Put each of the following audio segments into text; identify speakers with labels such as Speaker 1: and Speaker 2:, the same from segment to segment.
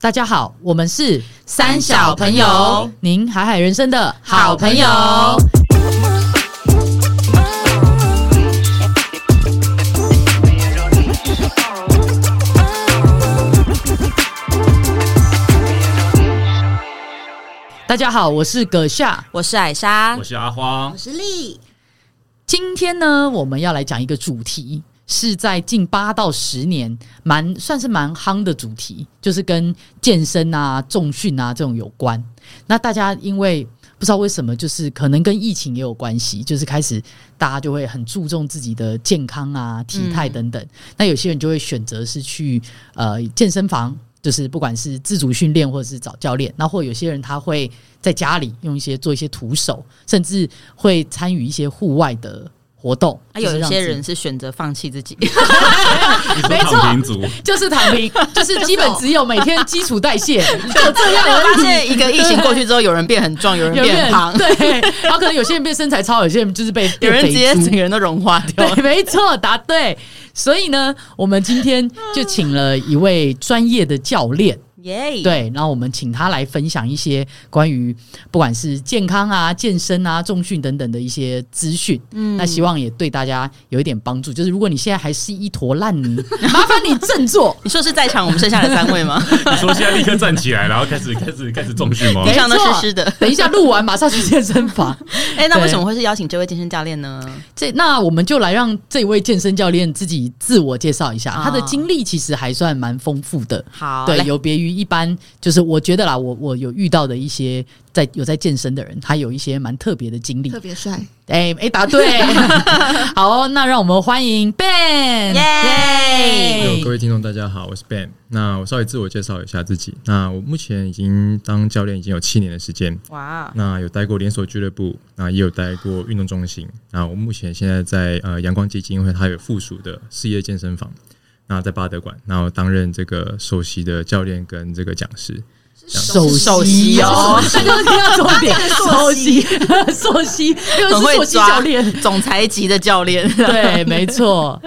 Speaker 1: 大家好，我们是
Speaker 2: 三小朋友，
Speaker 1: 您海海人生的
Speaker 2: 好朋友。
Speaker 1: 大家好，我是葛夏。
Speaker 2: 我是艾莎
Speaker 3: 我，是阿荒，
Speaker 2: 是丽。
Speaker 1: 今天呢，我们要来讲一个主题，是在近八到十年蛮算是蛮夯的主题，就是跟健身啊、重训啊这种有关。那大家因为不知道为什么，就是可能跟疫情也有关系，就是开始大家就会很注重自己的健康啊、体态等等。那有些人就会选择是去呃健身房，就是不管是自主训练或者是找教练，那或有些人他会在家里用一些做一些徒手，甚至会参与一些户外的活动。
Speaker 2: 啊，
Speaker 1: 就是
Speaker 2: 有一
Speaker 1: 让
Speaker 2: 些
Speaker 1: 自己
Speaker 2: 人是选择放弃自 己，
Speaker 3: 你说
Speaker 1: 没错
Speaker 3: 躺平族，
Speaker 1: 就是躺平，就是基本只有每天基础代 谢，就这样
Speaker 2: 我发现一个疫情过去之后，有人变很壮，有人
Speaker 1: 有
Speaker 2: 变胖，
Speaker 1: 对，然后可能有些人变身材超好，有些人就是被
Speaker 2: 有人直接
Speaker 1: 变肥
Speaker 2: 整
Speaker 1: 猪
Speaker 2: 个人都融化掉。
Speaker 1: 对，没错，答对。所以呢，我们今天就请了一位专业的教练，
Speaker 2: 耶，
Speaker 1: 对，然后我们请他来分享一些关于不管是健康啊、健身啊、重训等等的一些资讯。嗯，那希望也对大家有一点帮助。就是如果你现在还是一坨烂 泥，麻烦你振作。
Speaker 2: 你说是在场我们剩下的三 位吗？
Speaker 3: 你说现在立刻站起来，然后开始开始开始重训吗
Speaker 2: 地？
Speaker 1: 没
Speaker 2: 上都
Speaker 1: 错
Speaker 2: 湿湿 的
Speaker 1: 等一下录完，马上去健身 房。
Speaker 2: 哎，那
Speaker 1: 对
Speaker 2: 为什么会是邀请这位健身教练呢？
Speaker 1: 这那我们就来让这位健身教练自己自我介绍一下，
Speaker 2: 啊
Speaker 1: 他的经历其实还算蛮丰富的。
Speaker 2: 好
Speaker 1: 对，
Speaker 2: 嘞
Speaker 1: 有别于一般，就是我觉得啦，我我有遇到的一些在有在健身的人，他有一些蛮特别的经历
Speaker 4: 特。别帅，
Speaker 1: 哎哎，答 对，好、哦，那让我们欢迎 Ben，
Speaker 2: 耶
Speaker 1: 耶
Speaker 5: 有各位听众，大家好，我是 Ben。那我稍微自我介绍一下自己。那我目前已经当教练已经有七年的时间，
Speaker 2: 哇，
Speaker 5: 那有待过连锁俱乐部，那也有待过运动中心。那我目前现在在呃阳光基金会，它有附属的事业健身房。那在巴德馆，那我担任这个首席的教练跟这个讲师。
Speaker 1: 首
Speaker 2: 首
Speaker 1: 席
Speaker 2: 席 哦
Speaker 1: 哦，大家都听到重 点，首席， 首席，又是
Speaker 2: 很
Speaker 1: 首
Speaker 2: 会
Speaker 1: 席教
Speaker 2: 抓
Speaker 1: 练，
Speaker 2: 总裁级的教练。
Speaker 1: 对，没错。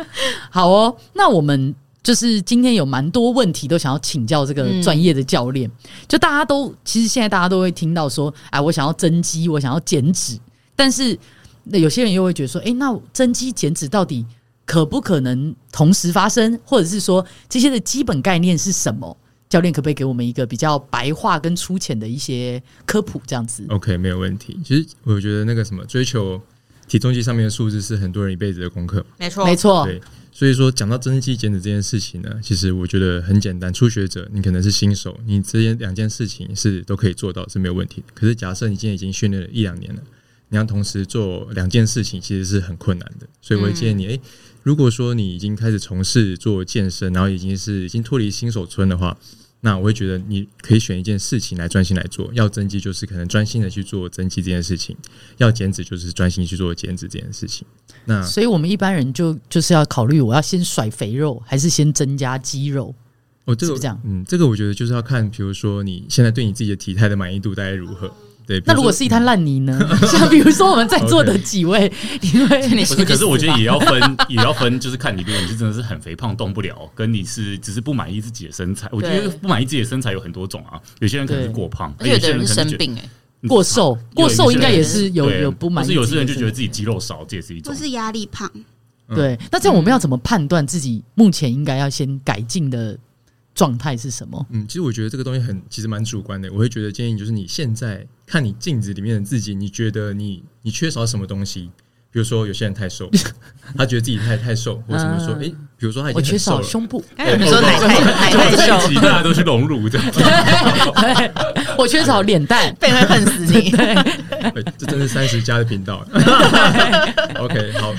Speaker 1: 好哦，那我们就是今天有蛮多问题都想要请教这个专业的教练。就大家都其实现在大家都会听到说，哎，我想要增肌，我想要减脂，但是那有些人又会觉得说，哎，那增肌减脂到底可不可能同时发生，或者是说这些的基本概念是什么？教练可不可以给我们一个比较白话跟粗浅的一些科普？这样子，
Speaker 5: OK，没有问题。其实我觉得那个什么追求体重计上面的数字是很多人一辈子的功课。
Speaker 2: 没错
Speaker 1: 没错，
Speaker 5: 对，所以说讲到增肌减脂这件事情呢，其实我觉得很简单。初学者，你可能是新手，你这些两件事情是都可以做到，是没有问题的。可是假设你今天已经训练了一两年了，你要同时做两件事情，其实是很困难的。所以我会建议你，诶、如果说你已经开始从事做健身，然后已经是已经脱离新手村的话，那我会觉得你可以选一件事情来专心来做。要增肌就是可能专心的去做增肌这件事情，要减脂就是专心去做减脂这件事情。那
Speaker 3: 嗯
Speaker 1: 所以我们一般人就就是要考虑，我要先甩肥肉，还是先增加肌肉？
Speaker 5: 哦，这
Speaker 1: 是
Speaker 5: 个
Speaker 1: 不是这样
Speaker 5: 嗯，这个我觉得就是要看，比如说你现在对你自己的体态的满意度大概如何。对，比
Speaker 1: 哦那如
Speaker 5: 说
Speaker 1: 果是一滩烂泥呢？ 像比如说我们在座的几位，因为
Speaker 2: 你
Speaker 3: 不是，可是我觉得也
Speaker 2: 也
Speaker 3: 要分，也要分，就是看你，如果你是真的是很肥胖动不了，跟你是只是不满意自己的身材。我觉得
Speaker 2: 对
Speaker 3: 不满意自己的身材有很多种啊，有些人可能是
Speaker 1: 对
Speaker 3: 过胖，
Speaker 2: 而且有的
Speaker 3: 些
Speaker 2: 人
Speaker 3: 可
Speaker 2: 是
Speaker 3: 能
Speaker 2: 生
Speaker 3: 觉得嗯
Speaker 2: 病哎，
Speaker 1: 过瘦，过瘦应该也是有
Speaker 3: 对
Speaker 1: 有不满
Speaker 3: 或
Speaker 1: 意
Speaker 3: 是
Speaker 1: 自己的身体，
Speaker 3: 有些人就觉得自己肌肉少，这也是一
Speaker 4: 就
Speaker 3: 种。
Speaker 4: 是压力胖，
Speaker 5: 嗯
Speaker 1: 对。那这样我们要怎么判断自己目前应该要先改进的状态是什么？
Speaker 5: 嗯，其实我觉得这个东西很，其实蛮主观的。我会觉得建议就是你现在看你镜子里面的自己，你觉得你你缺少什么东西？比如说有些人太 瘦，他觉得自己太太瘦，或什么说，
Speaker 1: 嗯
Speaker 5: 诶，比如说他已
Speaker 1: 我
Speaker 5: 经
Speaker 1: 缺
Speaker 5: 很瘦
Speaker 1: 少
Speaker 5: 了，
Speaker 1: 胸 部，
Speaker 2: 哎刚才你说奶太奶太
Speaker 3: 这一
Speaker 2: 瘦，
Speaker 3: 集大家都去隆乳这样，
Speaker 1: 对，我缺少脸 蛋，
Speaker 2: 被会恨死你。
Speaker 5: 欸这真是三十加的频道。OK，好，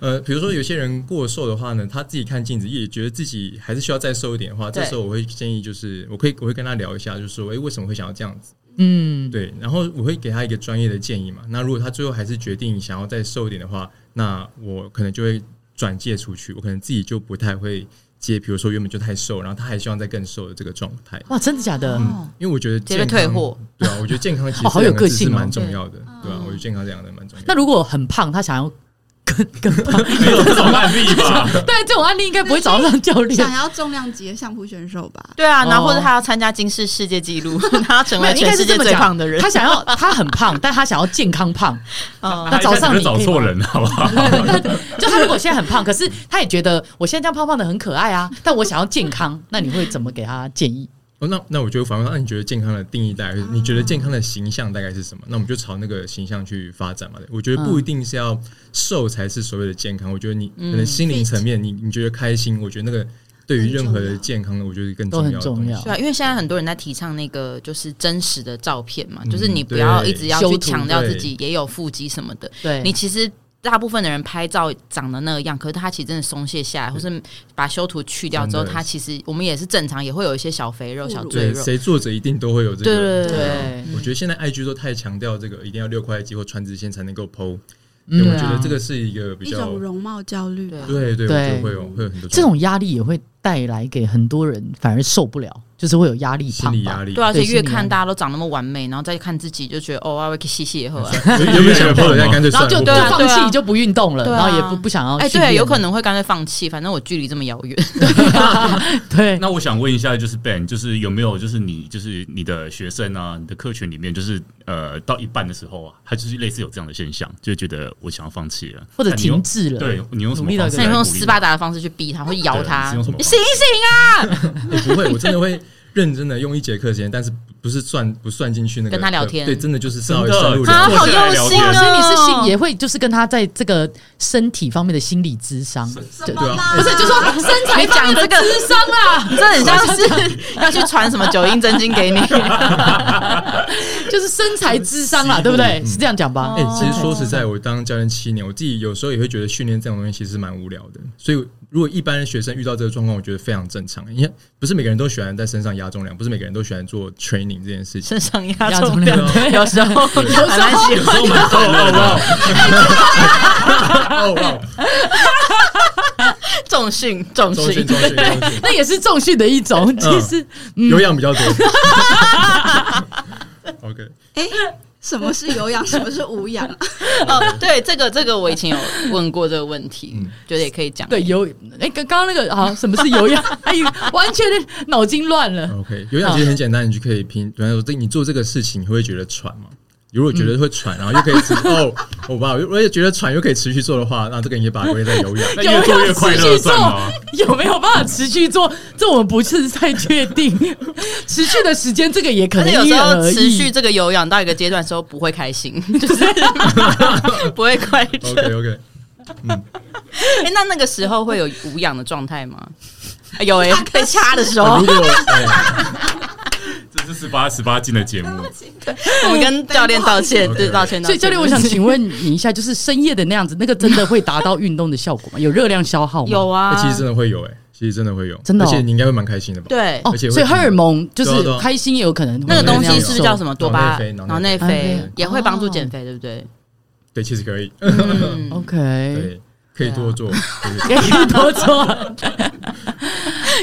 Speaker 5: 呃，比如说有些人过瘦的话呢，他自己看镜子也觉得自己还是需要再瘦一点的话，
Speaker 2: 对
Speaker 5: 这时候我会建议就是，我可以我会跟他聊一下，就是说，诶，为什么会想要这样子？
Speaker 1: 嗯，
Speaker 5: 对，然后我会给他一个专业的建议嘛。那如果他最后还是决定想要再瘦一点的话，那我可能就会转介出去，我可能自己就不太会接，比如说原本就太瘦，然后他还希望再更瘦的这个状态。
Speaker 1: 哇，真的假的？
Speaker 5: 嗯，因为我觉得
Speaker 2: 接被
Speaker 5: 健康
Speaker 2: 退货，
Speaker 5: 对啊，我觉得健康其 实
Speaker 1: 哦好有
Speaker 5: 这两个字
Speaker 1: 个性
Speaker 5: 是
Speaker 1: 哦
Speaker 5: 蛮重要的，对啊，我觉得健康这两个蛮重要的。
Speaker 1: 那如果很胖，他想要跟跟胖，
Speaker 3: 没有这种案例吧？
Speaker 1: 但这种案例应该不会找上教
Speaker 4: 想
Speaker 1: 练。
Speaker 4: 要重量级的相扑选手吧？
Speaker 2: 对啊，然后
Speaker 1: 哦
Speaker 2: 或者他要参加金氏世界纪录， 他要成
Speaker 1: 没
Speaker 2: 为
Speaker 1: 有，应
Speaker 2: 全
Speaker 1: 该是
Speaker 2: 世界
Speaker 1: 这么
Speaker 2: 最
Speaker 1: 讲
Speaker 2: 胖的人。
Speaker 1: 他想要 他很胖，但他想要健康胖。
Speaker 2: 嗯，
Speaker 1: 那早上
Speaker 3: 可
Speaker 1: 你
Speaker 3: 能找错人了，好不 好？
Speaker 1: 就他如果现在很胖，可是他也觉得我现在这样胖胖的很可爱啊，但我想要健康，那你会怎么给他建议？
Speaker 5: 哦，那那我就反问他，那你觉得健康的定义大概是？你觉得健康的形象大概是什么？那我们就朝那个形象去发展嘛。我觉得不一定是要瘦才是所谓的健康，我觉得你可能心灵层面，你你觉得开心，我觉得那个对于任何的健康呢，我觉得更
Speaker 1: 都很
Speaker 5: 重要的
Speaker 1: 重
Speaker 5: 东西
Speaker 1: 要
Speaker 2: 对啊，因为现在很多人在提倡那个就是真实的照片嘛，
Speaker 5: 嗯
Speaker 2: 就是你不要
Speaker 5: 对
Speaker 2: 一直要
Speaker 1: 修
Speaker 2: 去
Speaker 1: 图
Speaker 2: 强调自
Speaker 5: 对
Speaker 2: 己也有腹肌什么的，
Speaker 1: 对
Speaker 2: 你其实。大部分的人拍照长得那个样，可是他其实真的松懈下来，或是把修图去掉之后，
Speaker 5: 真的
Speaker 2: 他其实我们也是正常，也会有一些小肥肉、
Speaker 4: 副乳
Speaker 2: 小赘
Speaker 5: 对，
Speaker 2: 肉。
Speaker 5: 谁做着一定都会有这个。啊
Speaker 2: 对对对
Speaker 1: 对
Speaker 5: 我觉得现在 IG 都太强调这个，一定要六块肌或穿直线才能够 PO。
Speaker 1: 嗯
Speaker 5: 对我
Speaker 1: 对
Speaker 5: 觉
Speaker 1: 啊
Speaker 5: 得这个是一个比
Speaker 4: 一
Speaker 5: 较
Speaker 4: 种容貌焦虑吧。
Speaker 5: 对对，
Speaker 1: 对
Speaker 5: 我觉得会有会有很多
Speaker 1: 这种压力也会带来给很多人反而受不了，就是会有压力
Speaker 5: 心
Speaker 1: 胖
Speaker 5: 理
Speaker 1: 吧
Speaker 5: 压。力。
Speaker 2: 对啊，而
Speaker 1: 对
Speaker 2: 且
Speaker 1: 是
Speaker 2: 越
Speaker 1: 你
Speaker 2: 看
Speaker 1: 啊
Speaker 2: 大家都长那么完美，然后再看自己就觉得哦，我要去吸吸以后啊，
Speaker 5: 有有没有想 PO 人家干脆
Speaker 1: 然后
Speaker 5: 算
Speaker 1: 就
Speaker 5: 了？
Speaker 1: 就
Speaker 2: 对啊
Speaker 5: 我
Speaker 1: 放
Speaker 2: 对啊
Speaker 1: 弃，就不运动了，
Speaker 2: 对啊
Speaker 1: 然后也不不想要
Speaker 2: 哎，
Speaker 1: 训练
Speaker 2: 对，有可
Speaker 1: 了
Speaker 2: 能会啊干脆放弃，反正我距离这么遥远。
Speaker 1: 对，
Speaker 3: 那我想问一下，就是 Ben，就是有没有就是你就是你的学生啊，你的客群里面，就是呃到一半的时候啊，他就是类似有这样的现象，就觉得我想要放弃了，
Speaker 1: 或者
Speaker 3: 那你用
Speaker 1: 停滞了
Speaker 3: 对你用什
Speaker 1: 努
Speaker 3: 么
Speaker 1: 力到
Speaker 3: 方
Speaker 1: 一
Speaker 3: 式
Speaker 1: 个
Speaker 2: 那
Speaker 3: 来
Speaker 2: 你
Speaker 3: 鼓
Speaker 2: 会用
Speaker 3: 励他？
Speaker 2: 斯 巴达的方式去逼他，会摇
Speaker 3: 对你
Speaker 2: 他
Speaker 3: 是用什么，
Speaker 2: 醒一醒啊！
Speaker 5: 我不会，我真的会认真的用一节课时间，但是不是算不算进去那个
Speaker 2: 跟他聊天
Speaker 5: 对，真的就是
Speaker 3: 真
Speaker 5: 稍微
Speaker 3: 的
Speaker 5: 深入
Speaker 3: 真
Speaker 5: 聊
Speaker 2: 啊，
Speaker 3: 的
Speaker 5: 天。
Speaker 2: 好用
Speaker 1: 所
Speaker 2: 心
Speaker 1: 以你是心
Speaker 2: 哦！
Speaker 1: 也会就是跟他在这个身体方面的心理智商，对
Speaker 5: 对啊，
Speaker 1: 不是就说身材
Speaker 2: 你讲这个
Speaker 1: 智商啊，
Speaker 2: 你这很像 是要去传什么九阴真经给 你，
Speaker 1: 就是身材智商啦，
Speaker 5: 嗯
Speaker 1: 对不对？
Speaker 5: 嗯
Speaker 1: 是这样讲吧？
Speaker 2: 哦
Speaker 5: 哎、其实说实在，我当教练七年，我自己有时候也会觉得训练这种东西其实蛮无聊的。所以，如果一般的学生遇到这个状况，我觉得非常正常。你看，不是每个人都喜欢在身上压重量，不是每个人都喜欢做 training 这件事情。
Speaker 2: 身上压
Speaker 1: 压
Speaker 2: 重
Speaker 1: 重
Speaker 2: 量
Speaker 1: 量，
Speaker 2: 有时候
Speaker 1: 有时候
Speaker 2: 喜欢
Speaker 3: 我们快乐
Speaker 5: 哦， 哇
Speaker 3: 的，
Speaker 2: 重训，重
Speaker 5: 中
Speaker 2: 训
Speaker 5: 训中训中训，
Speaker 1: 那也是重训的一种，其实
Speaker 5: 有氧比较多。OK，
Speaker 4: 哎、什么是有氧，什么是无氧？啊
Speaker 2: 哦，对，这个这个我以前有问过这个问题，觉得也可以讲。
Speaker 1: 对有哎，刚刚那个啊，什么是有氧？ 哎呦，完全的脑筋乱了。
Speaker 5: OK，有氧其实很简单，你就可以拼。比方说，这你做这个事情，你会不会觉得喘吗？如果觉得会喘，然后又可以持哦，我吧，我也觉得喘又可以持续做的话，那这个你也把它归在有氧。
Speaker 3: 那越做越快乐算吗？
Speaker 1: 有没有办法持续做？这我们不是太确定。 持续的时间，这个也可
Speaker 2: 而
Speaker 1: 能
Speaker 2: 且有
Speaker 1: 因
Speaker 2: 时
Speaker 1: 人
Speaker 2: 候
Speaker 1: 而
Speaker 2: 持
Speaker 1: 异。
Speaker 2: 续这个有氧到一个阶段的时候不会开心， 就是不会快乐。
Speaker 5: OK OK，
Speaker 2: 哎、那那个时候会有无氧的状态吗？哎有哎、被掐的时
Speaker 5: 如
Speaker 2: 候，
Speaker 5: 果、哎
Speaker 3: 这是十八十八禁的节 目，
Speaker 2: 我们跟教练道歉，
Speaker 5: OK，
Speaker 2: 对，道歉。道歉
Speaker 1: 所以教练，我想请问你一下，就是深夜的那样 子，那个真的会达到运动的效果吗？有热量消耗吗？
Speaker 2: 有啊，
Speaker 5: 哎其实真的会有哎、其实真的会有，
Speaker 1: 真的哦
Speaker 5: 而且你应该会蛮开心的吧？
Speaker 2: 对、
Speaker 1: 哦，
Speaker 5: 而且会
Speaker 1: 所以荷尔蒙就
Speaker 5: 对啊
Speaker 1: 是
Speaker 5: 对啊
Speaker 1: 开心也有可能会
Speaker 2: 那个东
Speaker 1: 有
Speaker 2: 西
Speaker 1: 那样
Speaker 2: 是不是叫
Speaker 1: 瘦
Speaker 2: 什么多巴
Speaker 5: 脑内啡
Speaker 2: 脑内
Speaker 1: 脑内
Speaker 2: 啡
Speaker 1: 啡
Speaker 2: 也会帮助
Speaker 1: 哦
Speaker 2: 减肥，对不对？
Speaker 5: 对，其实可以，
Speaker 2: 嗯，
Speaker 1: ？OK，
Speaker 5: 对，可以多做。对
Speaker 1: 也可以多做。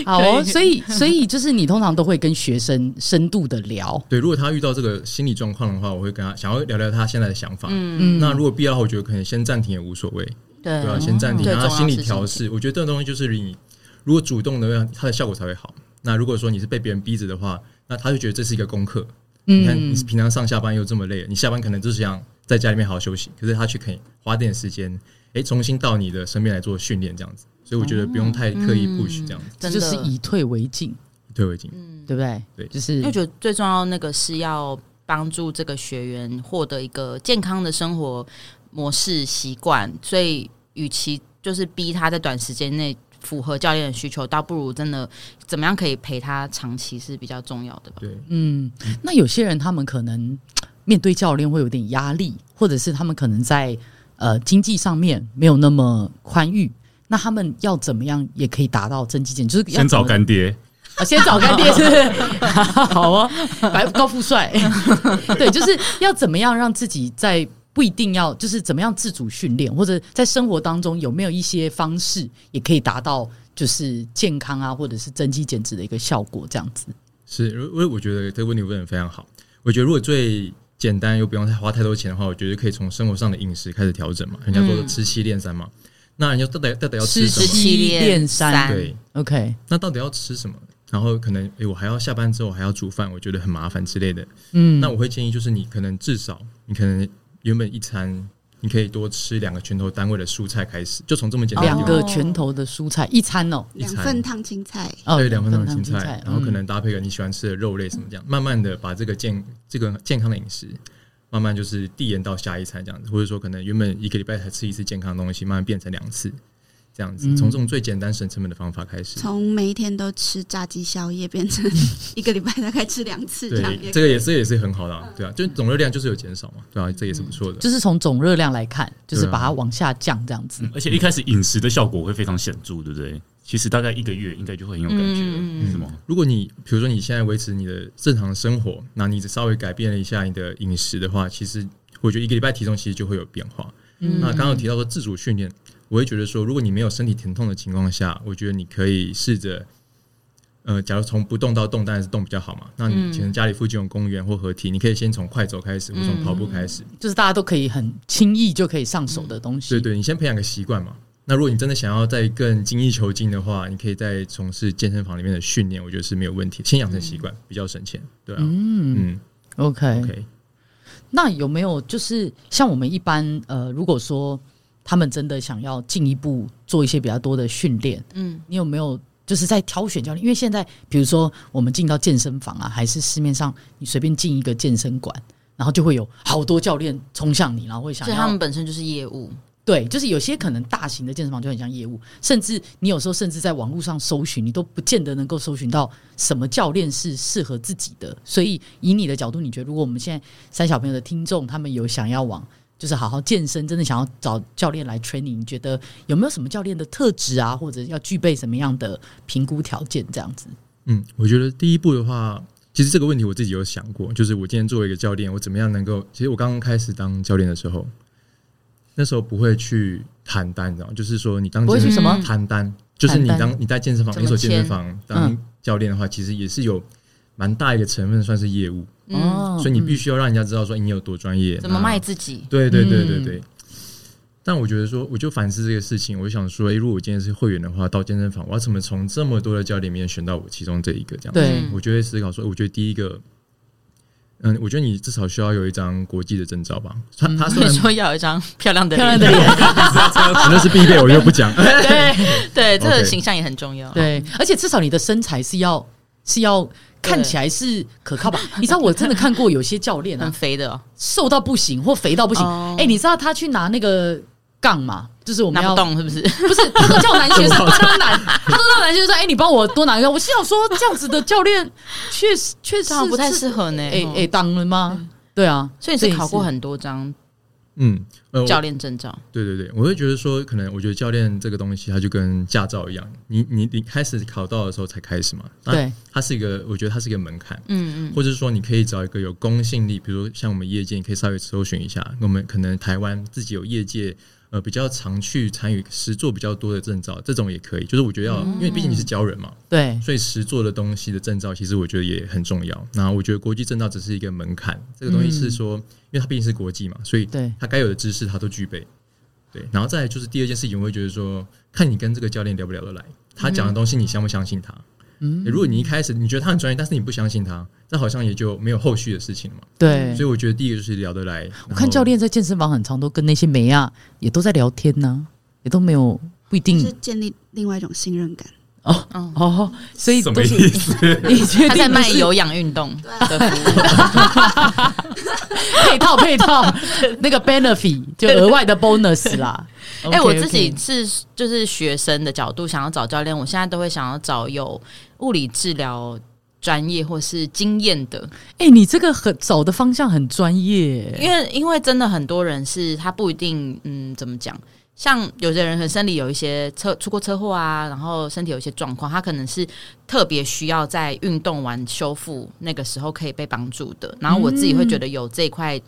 Speaker 1: 好
Speaker 2: 可
Speaker 1: 哦，
Speaker 2: 以
Speaker 1: 所以所以就是你通常都会跟学生深度的聊，
Speaker 5: 对，如果他遇到这个心理状况的话，我会跟他想要聊聊他现在的想法。
Speaker 1: 嗯，
Speaker 5: 那如果必要的话，我觉得可能先暂停也无所谓。
Speaker 2: 对
Speaker 5: 对啊，先暂停，
Speaker 2: 对
Speaker 5: 然后
Speaker 2: 嗯重要
Speaker 5: 心理
Speaker 2: 是
Speaker 5: 调
Speaker 2: 心
Speaker 5: 试。我觉得这种东西就是你如果主动的话，它的效果才会好。那如果说你是被别人逼着的话，那他就觉得这是一个功课。你看，
Speaker 1: 嗯
Speaker 5: 你，平常上下班又这么累，你下班可能就是想在家里面好好休息，可是他却可以花点时间，诶，重新到你的身边来做训练这样子。所以我觉得不用太刻意
Speaker 2: 嗯
Speaker 5: push 这样子，
Speaker 1: 这
Speaker 2: 真
Speaker 1: 就
Speaker 2: 的嗯
Speaker 1: 是以退为进，
Speaker 5: 退回进。
Speaker 1: 对不对？
Speaker 5: 对
Speaker 1: 就是
Speaker 2: 因为我觉得最重要的那个是要帮助这个学员获得一个健康的生活模式习惯，所以与其就是逼他在短时间内符合教练的需求，倒不如真的怎么样可以陪他长期是比较重要的吧。
Speaker 5: 对，
Speaker 1: 嗯，那有些人他们可能面对教练会有点压力，或者是他们可能在呃经济上面没有那么宽裕，那他们要怎么样也可以达到增肌减，就是要
Speaker 3: 先找
Speaker 1: 怎么、
Speaker 3: 干爹，
Speaker 1: 啊先找干爹是不是 好哦，白高富帅，对，就是要怎么样让自己在。不一定要，就是怎么样自主训练，或者在生活当中有没有一些方式，也可以达到就是健康啊，或者是增肌减脂的一个效果，这样子。
Speaker 5: 是，因为我觉得这个问题问的非常好。我觉得如果最简单又不用太花太多钱的话，我觉得可以从生活上的饮食开始调整嘛。人家说的吃七练三嘛，那人家到底到底要吃什
Speaker 1: 嗯吃
Speaker 5: 么？
Speaker 1: 七练三
Speaker 5: 对，
Speaker 1: OK，
Speaker 5: 那到底要吃什么？然后可能诶、我还要下班之后还要煮饭，我觉得很麻烦之类的。
Speaker 1: 嗯，
Speaker 5: 那我会建议就是你可能至少你可能原本一餐你可以多吃两个拳头单位的蔬菜开始，就从这么简单的地
Speaker 1: 两
Speaker 5: 方
Speaker 1: 个拳头的蔬菜一餐哦，
Speaker 5: 一
Speaker 4: 两
Speaker 5: 餐
Speaker 4: 份烫青菜，
Speaker 1: 哦，
Speaker 5: 对，两分钟的
Speaker 1: 糖
Speaker 5: 青菜，嗯然后
Speaker 1: 嗯
Speaker 5: 可能搭配个你喜欢吃的肉类什么这样，慢慢的把这个健这个健康的饮食，慢慢就是递延到下一餐这样子，或者说可能原本一个礼拜才吃一次健康的东西，慢慢变成两次这样子，从这种最简单省成本的方法开始。
Speaker 4: 从每一天都吃炸鸡宵夜变成一个礼拜大概吃两次这样
Speaker 5: 对，
Speaker 4: 也
Speaker 5: 这个也是也是很好的、啊，对啊，就总热量就是有减少嘛，对啊，这也是不错的。
Speaker 1: 就是从总热量来看，就是
Speaker 5: 对啊嗯
Speaker 1: 把它往下降这样子。
Speaker 3: 嗯而且一开始饮食的效果会非常显著，对不对？其实大概一个月应该就会很有感觉了，
Speaker 2: 嗯
Speaker 3: 是吗？
Speaker 5: 如果你比如说你现在维持你的正常生活，那你只稍微改变了一下你的饮食的话，其实我觉得一个礼拜体重其实就会有变化。
Speaker 1: 嗯
Speaker 5: 那刚刚有提到说自主训练，我会觉得说，如果你没有身体疼痛的情况下，我觉得你可以试着，呃，假如从不动到动，当然是动比较好嘛。那你可能家里附近有公园或合体，你可以先从快走开始，或从跑步开始。
Speaker 1: 就是大家都可以很轻易就可以上手的东西。
Speaker 5: 对对，你先培养个习惯嘛。那如果你真的想要再更精益求精的话，你可以再从事健身房里面的训练，我觉得是没有问题。先养成习惯
Speaker 1: 嗯
Speaker 5: 比较省钱，对啊，嗯
Speaker 1: o k
Speaker 5: ，OK，
Speaker 1: 那有没有就是像我们一般呃，如果说他们真的想要进一步做一些比较多的训练，
Speaker 2: 嗯，
Speaker 1: 你有没有就是在挑选教练？因为现在比如说我们进到健身房啊，还是市面上你随便进一个健身馆，然后就会有好多教练冲向你，然后会想
Speaker 2: 所以
Speaker 1: 要
Speaker 2: 他们本身就是业务，
Speaker 1: 对，就是有些可能大型的健身房就很像业务，甚至你有时候甚至在网络上搜寻，你都不见得能够搜寻到什么教练是适合自己的。所以以你的角度，你觉得如果我们现在三小朋友的听众，他们有想要往就是好好健身，真的想要找教练来 training，你觉得有没有什么教练的特质啊，或者要具备什么样的评估条件这样子？
Speaker 5: 嗯，我觉得第一步的话，其实这个问题我自己有想过，就是我今天作为一个教练，我怎么样能够？其实我刚刚开始当教练的时候，那时候不会去谈单，你知道吗？就是说你当
Speaker 1: 不会
Speaker 5: 健
Speaker 1: 去什么
Speaker 5: 身谈单，就是你
Speaker 1: 谈单
Speaker 5: 当你在健身房
Speaker 2: 怎么
Speaker 5: 连锁健身
Speaker 2: 签
Speaker 5: 房
Speaker 1: 嗯
Speaker 5: 当教练的话，其实也是有蛮大一个成分算是业务，
Speaker 2: 嗯，
Speaker 1: 哦
Speaker 5: 所以你必须要让人家知道说哎你有多专业，
Speaker 2: 怎么
Speaker 5: 那
Speaker 2: 卖自己？
Speaker 5: 对对对对
Speaker 1: 嗯
Speaker 5: 对。但我觉得说，我就反思这个事情，我就想说，诶，如果我今天是会员的话，到健身房，我要怎么从这么多的教练里面选到我其中这一个这样子？
Speaker 1: 对
Speaker 2: 嗯
Speaker 5: 我就会思考说，我觉得第一个，嗯，我觉得你至少需要有一张国际的证照吧。他他虽
Speaker 2: 所以
Speaker 5: 然
Speaker 2: 嗯说要有一张漂亮的
Speaker 1: 漂亮
Speaker 2: 脸，
Speaker 1: 的脸，
Speaker 5: 啊那是必备，我就不 讲。
Speaker 1: 对
Speaker 2: 对，这个
Speaker 5: OK
Speaker 2: 形象也很重要。
Speaker 1: 对，而且至少你的身材是要是要。看起来是可靠吧？你知道我真的看过有些教练啊
Speaker 2: 很，肥的哦，
Speaker 1: 瘦到不行或肥到不行。哎、
Speaker 2: 哦
Speaker 1: 你知道他去拿那个杠嘛？就是我们
Speaker 2: 拿
Speaker 1: 要
Speaker 2: 不动是不是？
Speaker 1: 不是他都叫男 学生，他都男，他都叫男学生说：“哎、你帮我多拿一个。”我心想说，这样子的教练确实确实
Speaker 2: 这 样不太适
Speaker 1: 合。
Speaker 2: 合呢。
Speaker 1: 哎、
Speaker 2: 哦
Speaker 1: 哎、当然吗？对啊，
Speaker 2: 所以你是考过很多张
Speaker 5: 嗯，呃，我
Speaker 2: 教练证照，
Speaker 5: 对对对，我会觉得说，可能我觉得教练这个东西，它就跟驾照一样，你你你开始考到的时候才开始嘛。那
Speaker 1: 对，
Speaker 5: 它是一个，我觉得它是一个门槛。
Speaker 2: 嗯嗯，
Speaker 5: 或者是说你可以找一个有公信力，比如说像我们业界，你可以稍微搜寻一下，我们可能台湾自己有业界。呃，比较常去参与实做比较多的证照，这种也可以。就是我觉得
Speaker 2: 嗯
Speaker 5: 要，因为毕竟你是教人嘛，
Speaker 1: 对
Speaker 5: 所以实做的东西的证照，其实我觉得也很重要。那我觉得国际证照只是一个门槛，这个东西是说，因为它毕竟是国际嘛，所以
Speaker 1: 嗯对
Speaker 5: 它该有的知识它都具备。对，然后再来就是第二件事情，我会觉得说，看你跟这个教练聊不聊得来，他讲的东西你相不相信他。
Speaker 1: 嗯
Speaker 5: 如果你一开始你觉得他很专业，但是你不相信他，那好像也就没有后续的事情了嘛。
Speaker 1: 对
Speaker 5: 所以。我觉得第一个就是聊得来。
Speaker 1: 我
Speaker 5: 然
Speaker 1: 看
Speaker 5: 后
Speaker 1: 教练在健身房很常都跟那些美亚也都在聊天呢、也都没有不一
Speaker 4: 就是
Speaker 1: 定
Speaker 4: 建立另外一种信任感。
Speaker 2: 嗯，
Speaker 1: 哦，所以
Speaker 3: 什
Speaker 1: 都
Speaker 3: 么
Speaker 1: 是
Speaker 3: 意思？
Speaker 1: 你确定
Speaker 2: 他在卖
Speaker 1: 不是
Speaker 2: 有氧运动的服务，
Speaker 1: 配套配套那个 benefit 就额外的 bonus 啦。
Speaker 2: 哎、
Speaker 1: OK，
Speaker 2: 我自己
Speaker 1: OK
Speaker 2: 是就是学生的角度想要找教练，我现在都会想要找有物理治疗专业或是经验的，
Speaker 1: 哎、你这个很走的方向很专业，
Speaker 2: 因为因为真的很多人是他不一定嗯怎么讲。像有些人可能身体有一些车出过车祸啊，然后身体有一些状况，他可能是特别需要在运动完修复那个时候可以被帮助的。然后我自己会觉得有这一块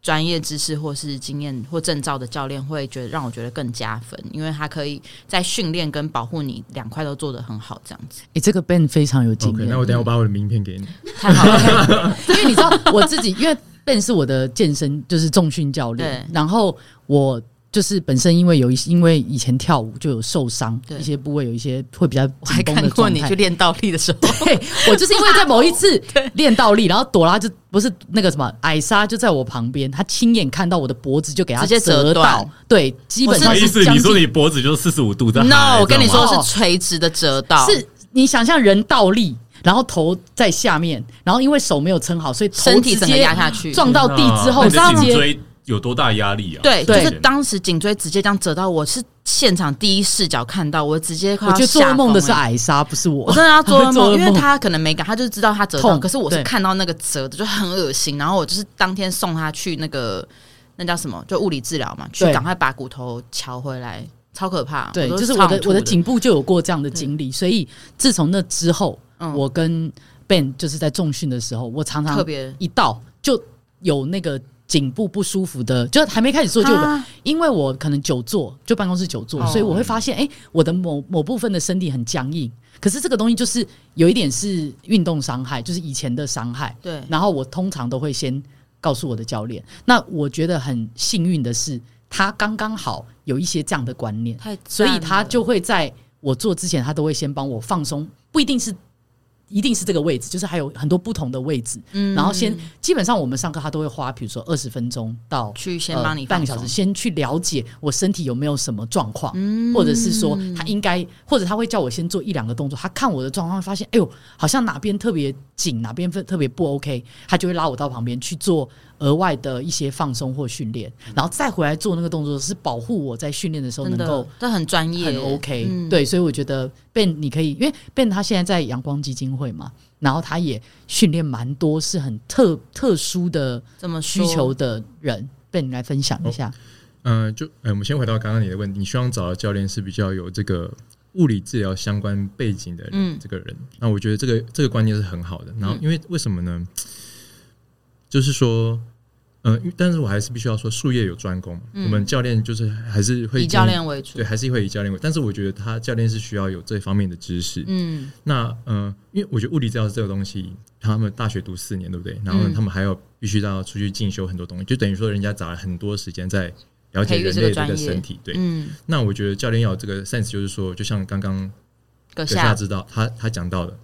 Speaker 2: 专业知识或是经验或证照的教练，会觉得让我觉得更加分，因为他可以在训练跟保护你两块都做得很好，这样子
Speaker 1: 哎、这个 Ben 非常有经
Speaker 5: OK，
Speaker 1: 验。
Speaker 5: 那我等一下我把我的名片给你。
Speaker 2: 太好了。
Speaker 1: 因为你知道我自己，因为 Ben 是我的健身就是重训教练，
Speaker 2: 对
Speaker 1: 然后我就是本身因为有一因为以前跳舞就有受伤，
Speaker 2: 对
Speaker 1: 一些部位有一些会比较
Speaker 2: 我还
Speaker 1: 紧绷
Speaker 2: 看
Speaker 1: 的
Speaker 2: 过
Speaker 1: 状
Speaker 2: 你
Speaker 1: 态
Speaker 2: 去。练倒立的 时候，
Speaker 1: 对，我就是因为在某一 次练倒立，然后朵拉就不是那个什么艾莎就在我旁边，她亲眼看到我的脖子就给她
Speaker 2: 直接折
Speaker 1: 折
Speaker 2: 断
Speaker 1: 到，对，基本
Speaker 3: 什
Speaker 1: 上
Speaker 3: 么
Speaker 2: 我
Speaker 3: 意
Speaker 1: 是
Speaker 3: 思？
Speaker 1: 将
Speaker 3: 你
Speaker 1: 近
Speaker 3: 说你脖子就是四十五度的
Speaker 2: no，我跟你说
Speaker 1: 知道吗
Speaker 2: 是垂直的折到，
Speaker 1: 是你想象人倒立，然后头在下面，然后因为手没有撑好，所以头
Speaker 2: 身体
Speaker 1: 直
Speaker 2: 整个
Speaker 1: 接
Speaker 2: 压下去，
Speaker 1: 撞到地之后，
Speaker 3: 你
Speaker 1: 直
Speaker 3: 的颈
Speaker 1: 接
Speaker 3: 椎有多大压力啊？
Speaker 2: 对，就
Speaker 1: 对
Speaker 2: 是当时颈椎直接这样折到，我是现场第一视角看到，我直接快
Speaker 1: 我
Speaker 2: 要
Speaker 1: 觉得做
Speaker 2: 吓
Speaker 1: 噩梦的
Speaker 2: 疯
Speaker 1: 是
Speaker 2: 了
Speaker 1: 艾莎，不是我。
Speaker 2: 我真 的要做噩
Speaker 1: 做噩
Speaker 2: 梦，因为
Speaker 1: 梦
Speaker 2: 他可能没感，他就是知道他折到，
Speaker 1: 痛
Speaker 2: 可是我是
Speaker 1: 对
Speaker 2: 看到那个折的就很恶心，然后我就是当天送他去那个那叫什么，就物理治疗嘛，去
Speaker 1: 对
Speaker 2: 赶快把骨头敲回来，超可怕。
Speaker 1: 对，
Speaker 2: 都
Speaker 1: 就是
Speaker 2: 超
Speaker 1: 我
Speaker 2: 想
Speaker 1: 的
Speaker 2: 吐
Speaker 1: 我
Speaker 2: 的
Speaker 1: 的，颈部就有过这样的经历，所以自从那之后，
Speaker 2: 嗯
Speaker 1: 我跟 Ben 就是在重训的时候，我常
Speaker 2: 特
Speaker 1: 常
Speaker 2: 别
Speaker 1: 一到就有那个颈部不舒服的，就还没开始做就有
Speaker 2: 啊
Speaker 1: 因为我可能久坐，就办公室久坐，
Speaker 2: 哦
Speaker 1: 所以我会发现，哎、我的某某部分的身体很僵硬。可是这个东西就是有一点是运动伤害，就是以前的伤害。
Speaker 2: 对
Speaker 1: 然后我通常都会先告诉我的教练。那我觉得很幸运的是，他刚刚好有一些这样的观念，
Speaker 2: 太赞了，
Speaker 1: 所以他就会在我做之前，他都会先帮我放松，不一定是一定是这个位置，就是还有很多不同的位置。
Speaker 2: 嗯
Speaker 1: 然后先基本上我们上课他都会花，比如说二十分钟到
Speaker 2: 去先
Speaker 1: 呃
Speaker 2: 帮你
Speaker 1: 半个
Speaker 2: 放
Speaker 1: 小时，
Speaker 2: 松
Speaker 1: 先去了解我身体有没有什么状况，
Speaker 2: 嗯
Speaker 1: 或者是说他应该，或者他会叫我先做一两个动作，他看我的状况，发现哎呦，好像哪边特别紧，哪边特别不 OK，他就会拉我到旁边去做额外的一些放松或训练，然后再回来做那个动作，是保护我在训练的时候
Speaker 2: 嗯真
Speaker 1: 能
Speaker 2: 的
Speaker 1: 够。
Speaker 2: 这很专业，
Speaker 1: 很 OK，、
Speaker 2: 嗯，
Speaker 1: 对，所以我觉得 Ben 你可以，因为 Ben 他现在在阳光基金会嘛，然后他也训练蛮多是很特特殊的
Speaker 2: 这么
Speaker 1: 需
Speaker 2: 说
Speaker 1: 求的人，Ben 你来分享一下。
Speaker 5: 嗯、就呃，我们先回到刚刚你的问题，你希望找的教练是比较有这个物理治疗相关背景的人，
Speaker 2: 嗯
Speaker 5: 这个人。那我觉得这个这个观念是很好的。然后，因为为什么呢？就是说，嗯、因为但是我还是必须要说，术业有专攻。我们教练就是还是会
Speaker 2: 嗯以教练为主
Speaker 5: 对，，还是会以教练为，但是我觉得他教练是需要有这方面的知识。
Speaker 2: 嗯，
Speaker 5: 那呃，因为我觉得物理治疗这个东西，他们大学读四年，对不对？然后呢
Speaker 2: 嗯
Speaker 5: 他们还要必须要出去进修很多东西，就等于说人家砸了很多时间在了解
Speaker 2: 培育
Speaker 5: 人
Speaker 2: 这个
Speaker 5: 类的
Speaker 2: 专
Speaker 5: 一个
Speaker 2: 业
Speaker 5: 身体。对，
Speaker 2: 嗯，
Speaker 5: 那我觉得教练要有这个 sense，就是说，就像刚刚
Speaker 2: 阁
Speaker 5: 阁下
Speaker 2: 呃下
Speaker 5: 知道他他讲到的，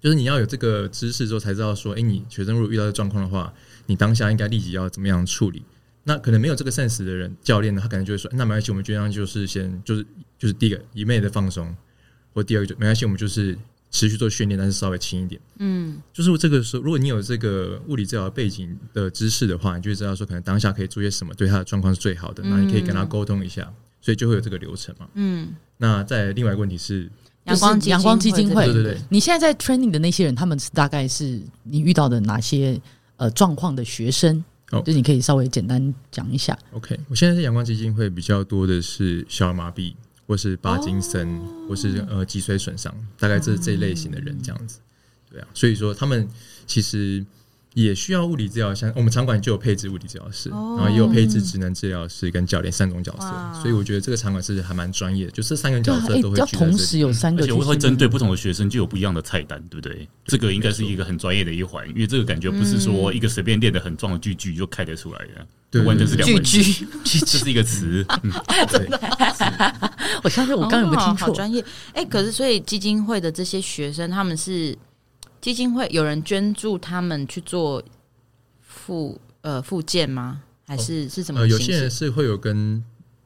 Speaker 5: 就是你要有这个知识之后才知道说，哎、你学生如果遇到这状况的话，你当下应该立即要怎么样处理。那可能没有这个 sense 的人，教练呢，他可能就会说，那没关系，我们就这样，就是先就是就是第一个一昧的放松，或第二个就没关系，我们就是持续做训练，但是稍微轻一点。
Speaker 2: 嗯，
Speaker 5: 就是这个时候，如果你有这个物理治疗背景的知识的话，你就会知道说，可能当下可以做些什么，对他的状况是最好的。那你可以跟他沟通一下，所以就会有这个流程嘛。
Speaker 2: 嗯，
Speaker 5: 那在另外一个问题是，
Speaker 1: 就是
Speaker 2: 阳光
Speaker 1: 阳光基金会
Speaker 5: 对对对，
Speaker 1: 你现在在 training 的那些人，他们是大概是你遇到的哪些呃状况的学生？
Speaker 5: 哦
Speaker 1: 就你可以稍微简单讲一下。
Speaker 5: OK，我现在在阳光基金会比较多的是小儿麻痹，或是帕金森，
Speaker 2: 哦
Speaker 5: 或是呃脊髓损伤，大概这这一类型的人这样子。
Speaker 2: 嗯
Speaker 5: 对啊，所以说他们其实也需要物理治疗，像我们场馆就有配置物理治疗师，
Speaker 2: 哦
Speaker 5: 然后也有配置职能治疗师跟教练三种角
Speaker 2: 哇
Speaker 5: 色，所以我觉得这个场馆是还蛮专业的，就这三个角
Speaker 1: 啊，
Speaker 5: 色都会
Speaker 1: 要
Speaker 5: 聚在
Speaker 1: 同
Speaker 5: 这
Speaker 1: 时
Speaker 5: 里。
Speaker 1: 有三
Speaker 3: 而
Speaker 1: 个
Speaker 3: 且
Speaker 1: 学生吗，
Speaker 3: 我会针对不同的学生就有不一样的菜单，对不对？这个应该是一个很专业的一环，因为这个感觉不是说一个随便练的很壮的句句就开得出来的，
Speaker 5: 对
Speaker 3: 这完全是两
Speaker 2: 聚
Speaker 3: 回事。
Speaker 2: 聚，
Speaker 3: 这是一个词，嗯
Speaker 5: 真的，
Speaker 1: 我相信我刚刚有没有听
Speaker 2: 哦好
Speaker 1: 错？
Speaker 2: 专业，哎、可是所以基金会的这些学生，他们是基金会有人捐助他们去做复呃复健吗？还是、是怎么
Speaker 5: 呃，有
Speaker 2: 形式？
Speaker 5: 些人是会有跟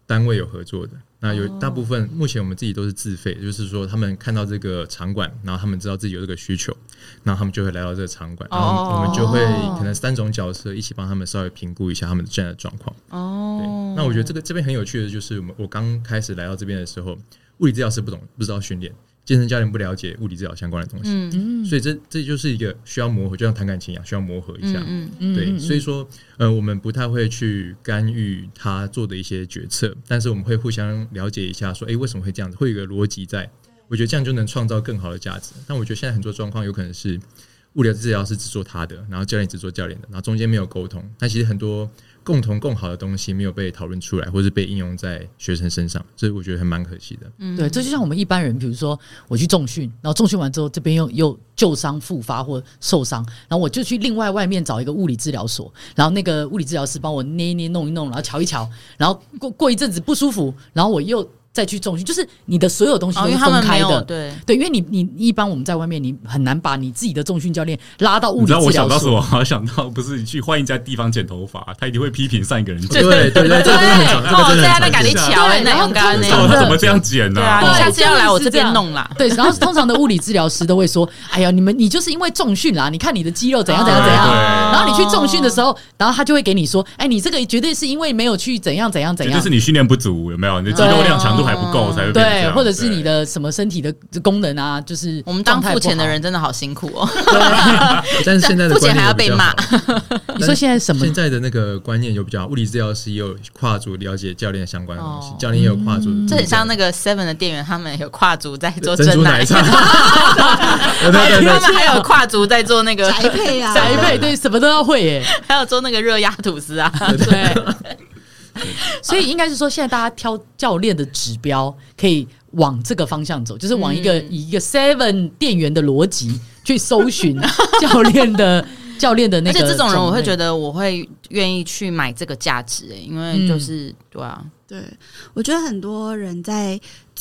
Speaker 5: 单位有合作的。那有
Speaker 2: 哦
Speaker 5: 大部分目前我们自己都是自费，就是说他们看到这个场馆，然后他们知道自己有这个需求，然后他们就会来到这个场
Speaker 2: 哦
Speaker 5: 馆，然后我们就会可能三种角色一起帮他们稍微评估一下他们的现在的状况。对
Speaker 2: 哦，，
Speaker 5: 那我觉得这个这边很有趣的就是，我们我刚开始来到这边的时候，物理治疗师不懂不知道训练，健身教练不了解物理治疗相关的东西，
Speaker 2: 嗯
Speaker 5: 所以这这就是一个需要磨合，就像谈感情一样，需要磨合一下。
Speaker 2: 嗯嗯，
Speaker 1: 嗯
Speaker 5: 对，
Speaker 1: 嗯
Speaker 5: 所以说，呃，我们不太会去干预他做的一些决策，但是我们会互相了解一下，说，诶，为什么会这样子，会有一个逻辑在。我觉得这样就能创造更好的价值。但我觉得现在很多状况有可能是物理治疗师只做他的，然后教练只做教练的，然后中间没有沟通。那其实很多共同共好的东西没有被讨论出来，或是被应用在学生身上，这我觉得还蛮可惜的。
Speaker 2: 嗯
Speaker 1: 对，这就像我们一般人，比如说我去重训，然后重训完之后，这边又又旧伤复发或受伤，然后我就去另外外面找一个物理治疗所，然后那个物理治疗师帮我捏一捏、弄一弄，然后瞧一瞧，然后过过一阵子不舒服，然后我又再去重训，就是你的所有东西
Speaker 2: 哦，
Speaker 1: 都是
Speaker 2: 因为他
Speaker 1: 分
Speaker 2: 们
Speaker 1: 开
Speaker 2: 没
Speaker 1: 的。
Speaker 2: 有对，
Speaker 1: 对，因为你你你一般我们在外面，你很难把你自己的重训教练拉到物
Speaker 3: 你
Speaker 1: 理
Speaker 3: 知道我
Speaker 1: 治疗
Speaker 3: 想到什
Speaker 1: 所。
Speaker 3: 么？我想到不是你去换一家地方剪头发，他一定会批评上一个人剪。
Speaker 5: 对对对，这个真的很长，这个
Speaker 2: 哦，
Speaker 5: 真
Speaker 2: 这
Speaker 5: 的
Speaker 2: 样在
Speaker 5: 很长。
Speaker 2: 赶你瞧哎，
Speaker 1: 对
Speaker 2: 那
Speaker 1: 然后
Speaker 2: 勇敢
Speaker 1: 通
Speaker 2: 呢？
Speaker 1: 常
Speaker 3: 哦他怎么这样剪哦呢、
Speaker 2: 对啊，
Speaker 1: 对
Speaker 2: 你下次要来我这边弄啦。
Speaker 1: 对，然后通常的物理治疗师都会说：“哎呀，你们你就是因为重训啦，你看你的肌肉怎样怎样怎样。
Speaker 3: 对对
Speaker 1: 然后你去重训的时
Speaker 2: 候，
Speaker 1: 候，然后他就会给你说：“哎，你这个绝对是因为没有去怎样怎样怎
Speaker 3: 绝
Speaker 1: 样
Speaker 3: 对是，你训练不足，有没有？你的肌肉量强度还不够，才会变成这
Speaker 1: 对，
Speaker 3: 样
Speaker 1: 或者是你的什么身体的功能啊，就是
Speaker 2: 我们当
Speaker 1: 状态
Speaker 2: 付钱的
Speaker 1: 不好
Speaker 2: 人真的好辛苦哦。
Speaker 5: 但是现在的
Speaker 2: 付
Speaker 5: 观念
Speaker 2: 钱还要
Speaker 5: 有比
Speaker 2: 被
Speaker 5: 较
Speaker 2: 骂
Speaker 5: 好，
Speaker 1: 你说现在什 么
Speaker 5: 现？在的那个观念有比较好，物理治疗师也有跨足了解教练相关的东西，
Speaker 2: 哦
Speaker 5: 教练也有跨足，
Speaker 2: 这很像那个 Seven 的店员，他们有跨足在做
Speaker 5: 嗯珍珠奶
Speaker 2: 奶
Speaker 5: 茶，对对
Speaker 2: 还有 他
Speaker 5: 对
Speaker 2: 们还有跨足在做那个，
Speaker 4: 宅配啊，
Speaker 1: 宅配对什么都要会耶、
Speaker 2: 还有做那个热压吐司啊。
Speaker 1: 对，所以应该是说，现在大家挑教练的指标可以往这个方向走，就是往一个、
Speaker 2: 嗯
Speaker 1: 以一个 Seven 店员的逻辑去搜寻教练的教练的那
Speaker 2: 而
Speaker 1: 个
Speaker 2: 且
Speaker 1: 种类。
Speaker 2: 这种人，我会觉得我会愿意去买这个价值、欸，因为就
Speaker 1: 嗯
Speaker 2: 是、对啊，
Speaker 4: 对，我觉得很多人在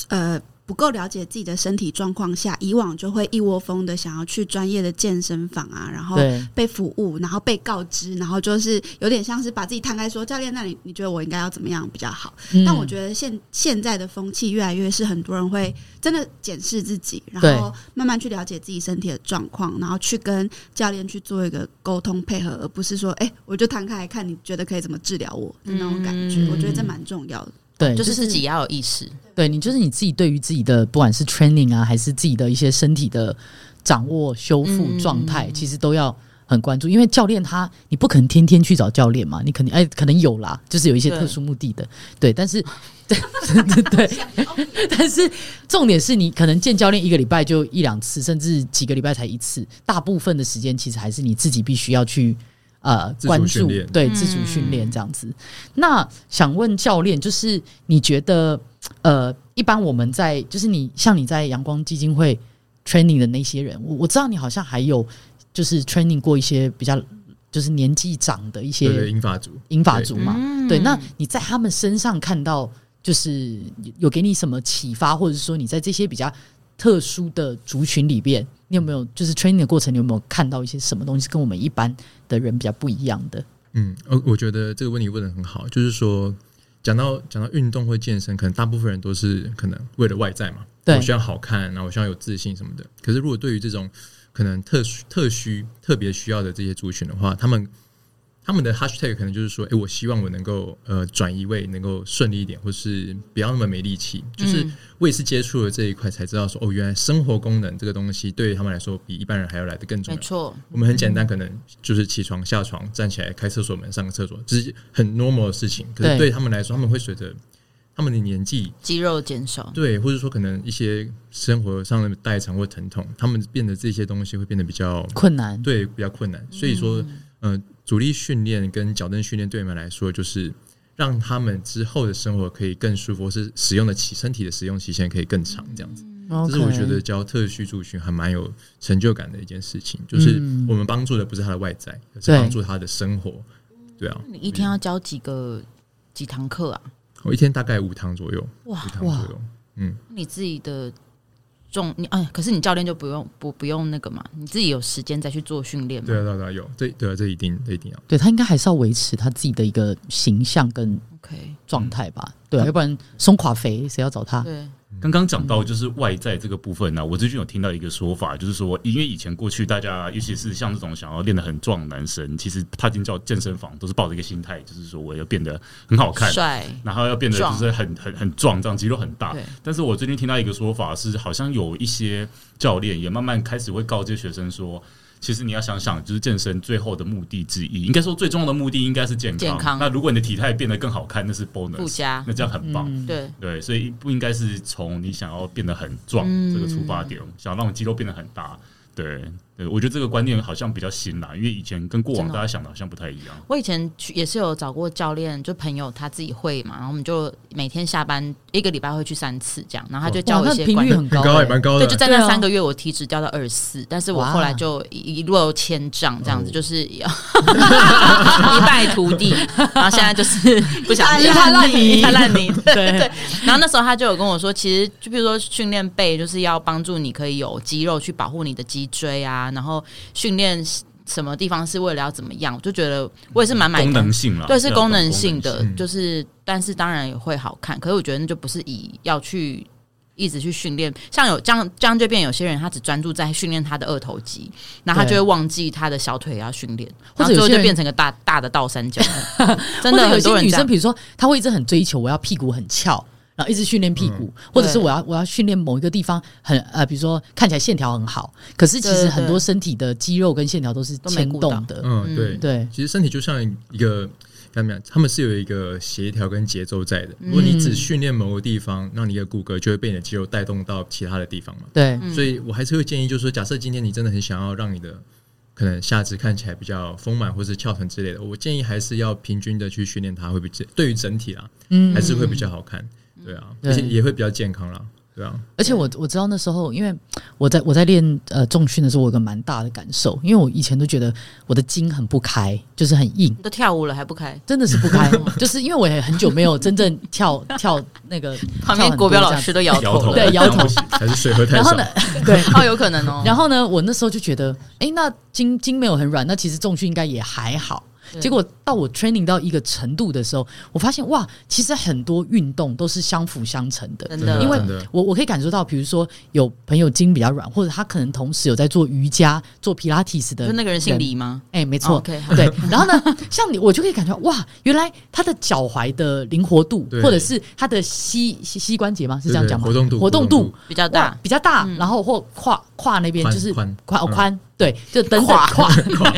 Speaker 4: 呃不够了解自己的身体状况下，以往就会一窝蜂的想要去专业的健身房啊，然
Speaker 2: 哦
Speaker 4: 后
Speaker 1: 对
Speaker 4: 被服务，然后被告知，然后就是有点像是把自己摊开说，教练，那你你觉得我应该要怎么样比较好？
Speaker 1: 嗯，
Speaker 4: 但我觉得现现在的风气越来越是很多人会真的检视自己，然后慢慢去了解自己身体的状况，然后去跟教练去做一个沟通配合，而不是说，哎、我就摊开来看，你觉得可以怎么治疗我的那种感觉。
Speaker 2: 嗯
Speaker 4: 我觉得这蛮重要的。
Speaker 1: 对，
Speaker 2: 就
Speaker 1: 就是是
Speaker 2: 自己要有意识。
Speaker 1: 对你就是你自己对于自己的不管是 training 啊，还是自己的一些身体的掌握、修复
Speaker 2: 嗯
Speaker 1: 状态，其实都要。很关注，因为教练他，你不可能天天去找教练嘛，你肯定哎，可能有啦，就是有一些
Speaker 2: 对
Speaker 1: 特殊目的的，对。但是，对 对对，但是重点是你可能见教练一个礼拜就一两次，甚至几个礼拜才一次，大部分的时间其实还是你自己必须要去呃
Speaker 5: 自主
Speaker 1: 关
Speaker 5: 训
Speaker 1: 注
Speaker 5: 练，
Speaker 1: 对自主训练这样子。那想问教练，就是你觉得呃，一般我们在就是你像你在阳光基金会 training 的那些人，我我知道你好像还有就是 training 过一些比较就是年纪长的一
Speaker 5: 对对，
Speaker 1: 些
Speaker 5: 英法组。
Speaker 1: 银发族嘛，
Speaker 2: 嗯
Speaker 1: 对，那你在他们身上看到就是有给你什么启发，或者说你在这些比较特殊的族群里边，你有没有就是 training 的过程，你有没有看到一些什么东西是跟我们一般的人比较不一样的？
Speaker 5: 嗯，呃，我觉得这个问题问的很好，就是说，讲到讲到运动或健身，可能大部分人都是可能为了外在嘛，
Speaker 1: 对
Speaker 5: 我希望好看，然后我希望有自信什么的。可是如果对于这种可能特需特需特别需要的这些族群的话，他们他们的 hashtag 可能就是说，哎、我希望我能够呃转移位，能够顺利一点，或是不要那么没力气。就是
Speaker 2: 嗯
Speaker 5: 我也是接触了这一块，才知道说，哦，原来生活功能这个东西对于他们来说，比一般人还要来的更重
Speaker 2: 没
Speaker 5: 要。
Speaker 2: 错，嗯
Speaker 5: 我们很简单，可能就是起床、下床、站起来、开厕所门、上个厕所，这是很 normal 的事情。可
Speaker 1: 对
Speaker 5: 是对他们来说，他们会随着他们的年纪，
Speaker 2: 肌肉减少。
Speaker 5: 对，或者说可能一些生活上的代偿或疼痛，他们变得这些东西会变得比较
Speaker 1: 困难，
Speaker 5: 对比较困难。所以说，嗯、呃，阻力训练跟矫正训练对你们来说，就是让他们之后的生活可以更舒服，或是使用的期身体的使用期限可以更长，这样子。
Speaker 1: OK，
Speaker 5: 这是我觉得教特需族群还蛮有成就感的一件事情，就是
Speaker 1: 嗯
Speaker 5: 我们帮助的不是他的外在，而是
Speaker 1: 对
Speaker 5: 帮助他的生活。对啊，
Speaker 2: 你一天要教几个几堂课啊？
Speaker 5: 我一天大概五堂左右，五
Speaker 2: 哇
Speaker 5: 堂
Speaker 1: 哇
Speaker 5: 左右。嗯，
Speaker 2: 你自己的重你哎，可是你教练就不用不不用那个嘛，你自己有时间再去做训练
Speaker 5: 对
Speaker 2: 嘛。
Speaker 5: 啊，对啊，对啊，有这对啊，这一定，这一定要。
Speaker 1: 对他应该还是要维持他自己的一个形象跟
Speaker 2: OK，
Speaker 1: 状态
Speaker 2: 嗯
Speaker 1: 吧，对啊，要不然松垮肥谁要找他？
Speaker 2: 对，
Speaker 3: 刚刚讲到就是外在这个部分呢、啊我最近有听到一个说法，就是说，因为以前过去大家，尤其是像这种想要练得很壮的男生，其实踏进教健身房都是抱着一个心态，就是说我要变得很好看，
Speaker 2: 帅，
Speaker 3: 然后要变得就是很很很壮，这样肌肉很大
Speaker 2: 对。
Speaker 3: 但是我最近听到一个说法是，好像有一些教练也慢慢开始会告诫学生说。其实你要想想，就是健身最后的目的之一，应该说最重要的目的应该是健康。
Speaker 2: 健康
Speaker 3: 那如果你的体态变得更好看，那是 bonus，
Speaker 2: 附加
Speaker 3: 那这样很棒。
Speaker 1: 嗯
Speaker 2: 对，
Speaker 3: 对，所以不应该是从你想要变得很壮
Speaker 2: 嗯
Speaker 3: 这个出发点，想要让肌肉变得很大。对，对，我觉得这个观念好像比较新啦，因为以前跟过往
Speaker 2: 真的哦
Speaker 3: 大家想的好像不太一样。
Speaker 2: 我以前去也是有找过教练，就朋友他自己会嘛，然后我们就每天下班一个礼拜会去三次这样，然后他就
Speaker 1: 哇
Speaker 2: 教，我
Speaker 1: 那
Speaker 2: 一些
Speaker 1: 啊频
Speaker 2: 观
Speaker 1: 率
Speaker 2: 念。
Speaker 1: 很
Speaker 5: 很
Speaker 1: 高、
Speaker 5: 高
Speaker 1: 欸，
Speaker 5: 也蛮高的
Speaker 2: 对，
Speaker 5: 欸，
Speaker 2: 就在
Speaker 1: 对
Speaker 2: 那
Speaker 1: 啊
Speaker 2: 三个月，我体脂掉到二十四，但是我
Speaker 1: 哇
Speaker 2: 后来就一一落千丈，这样子就是 要一败涂地，然后现在就是不想
Speaker 4: 一滩烂泥
Speaker 2: 一滩烂泥。对
Speaker 1: 对
Speaker 2: 对。然后那时候他就有跟我说，其实就比如说训练背，就是要帮助你可以有肌肉去保护你的脊椎啊，然后训练什么地方是为了要怎么样，我就觉得我也是蛮买
Speaker 3: 功
Speaker 2: 单
Speaker 3: 能性啦，
Speaker 2: 对，是
Speaker 3: 啊要
Speaker 2: 功
Speaker 3: 懂
Speaker 2: 能性
Speaker 3: 功
Speaker 2: 的，
Speaker 1: 嗯
Speaker 5: 性
Speaker 2: 就是但是当然也会好看，可是我觉得那就不是以要去一直去训练，像有这样这样就变有些人他只专注在训练他的二头肌，然后他就
Speaker 1: 对
Speaker 2: 会忘记他的小腿也要训练，
Speaker 1: 或者
Speaker 2: 然后
Speaker 1: 有
Speaker 2: 最后
Speaker 1: 些
Speaker 2: 就
Speaker 1: 人
Speaker 2: 变成个大大的 倒三角，真
Speaker 1: 或者
Speaker 2: 的
Speaker 1: 有
Speaker 2: 很多
Speaker 1: 些
Speaker 2: 人
Speaker 1: 女
Speaker 2: 这
Speaker 1: 生，
Speaker 2: 样。
Speaker 1: 比如说她会一直很追求我要屁股很翘，然后一直训练屁股，
Speaker 2: 嗯
Speaker 1: 或者是我要我要训练某一个地方很呃，比如说看起来线条很好，可是其
Speaker 2: 对
Speaker 1: 实
Speaker 2: 对
Speaker 1: 很
Speaker 2: 对
Speaker 1: 多身体的肌肉跟线条都是
Speaker 2: 都没
Speaker 1: 牵
Speaker 2: 顾
Speaker 1: 动的，
Speaker 5: 嗯，对
Speaker 2: 嗯
Speaker 1: 对
Speaker 5: 其实身体就像一个。看到没有？他们是有一个协调跟节奏在
Speaker 1: 嗯
Speaker 5: 的。如果你只训练某个地方，那你的骨骼就会被你的肌肉带动到其他的地方嘛。
Speaker 1: 对
Speaker 2: 嗯
Speaker 5: 所以我还是会建议，就是说，假设今天你真的很想要让你的可能下肢看起来比较丰满或是翘臀之类的，我建议还是要平均的去训练它，会比较对于整体啦，
Speaker 1: 嗯
Speaker 5: 还是会比较好看。对啊，
Speaker 1: 对
Speaker 5: 而且也会比较健康啦。对啊，
Speaker 1: 而且我我知道那时候，因为我在我在练呃重训的时候，我有个蛮大的感受，因为我以前都觉得我的筋很不开，就是很硬。
Speaker 2: 你都跳舞了还不开，
Speaker 1: 真的是不开，
Speaker 2: 哦
Speaker 1: 就是因为我也很久没有真正跳跳那个 跳
Speaker 2: 旁
Speaker 1: 很
Speaker 2: 边
Speaker 1: 多
Speaker 2: 国标
Speaker 1: 这
Speaker 2: 老
Speaker 1: 样
Speaker 2: 师都摇
Speaker 3: 摇
Speaker 2: 头
Speaker 3: 头
Speaker 2: 了，
Speaker 1: 哦对摇头
Speaker 3: 不行
Speaker 5: 还是水喝太
Speaker 1: 然后
Speaker 5: 少
Speaker 1: 呢，，对，
Speaker 2: 哦，有可能哦。
Speaker 1: 然后呢，我那时候就觉得，诶，那筋筋没有很软，那其实重训应该也还好。
Speaker 2: 对
Speaker 1: 结果到我 training 到一个程度的时候，我发现哇，其实很多运动都是相辅相成的。
Speaker 2: 真
Speaker 5: 真
Speaker 2: 的，
Speaker 5: 的
Speaker 1: 因为
Speaker 5: 真的
Speaker 1: 我我可以感受到，比如说有朋友筋比较软，或者他可能同时有在做瑜伽、做皮拉提斯的
Speaker 2: 就那个人姓，李吗？
Speaker 1: 哎、没错。
Speaker 2: o k 好，
Speaker 1: 对，然后呢，像你，我就可以感觉到哇，原来他的脚踝的灵活度，
Speaker 5: 对
Speaker 1: 或者是他的膝膝膝关节吗？是这样
Speaker 5: 对对
Speaker 1: 讲吗？
Speaker 5: 活动度
Speaker 1: 活动度，
Speaker 2: 比较
Speaker 1: 哇
Speaker 2: 大，
Speaker 1: 比较大，
Speaker 2: 嗯
Speaker 1: 然后或胯胯那边
Speaker 5: 宽
Speaker 1: 就是
Speaker 5: 宽
Speaker 1: 宽哦
Speaker 5: 嗯
Speaker 1: 宽，对，就等等
Speaker 2: 胯
Speaker 1: 胯，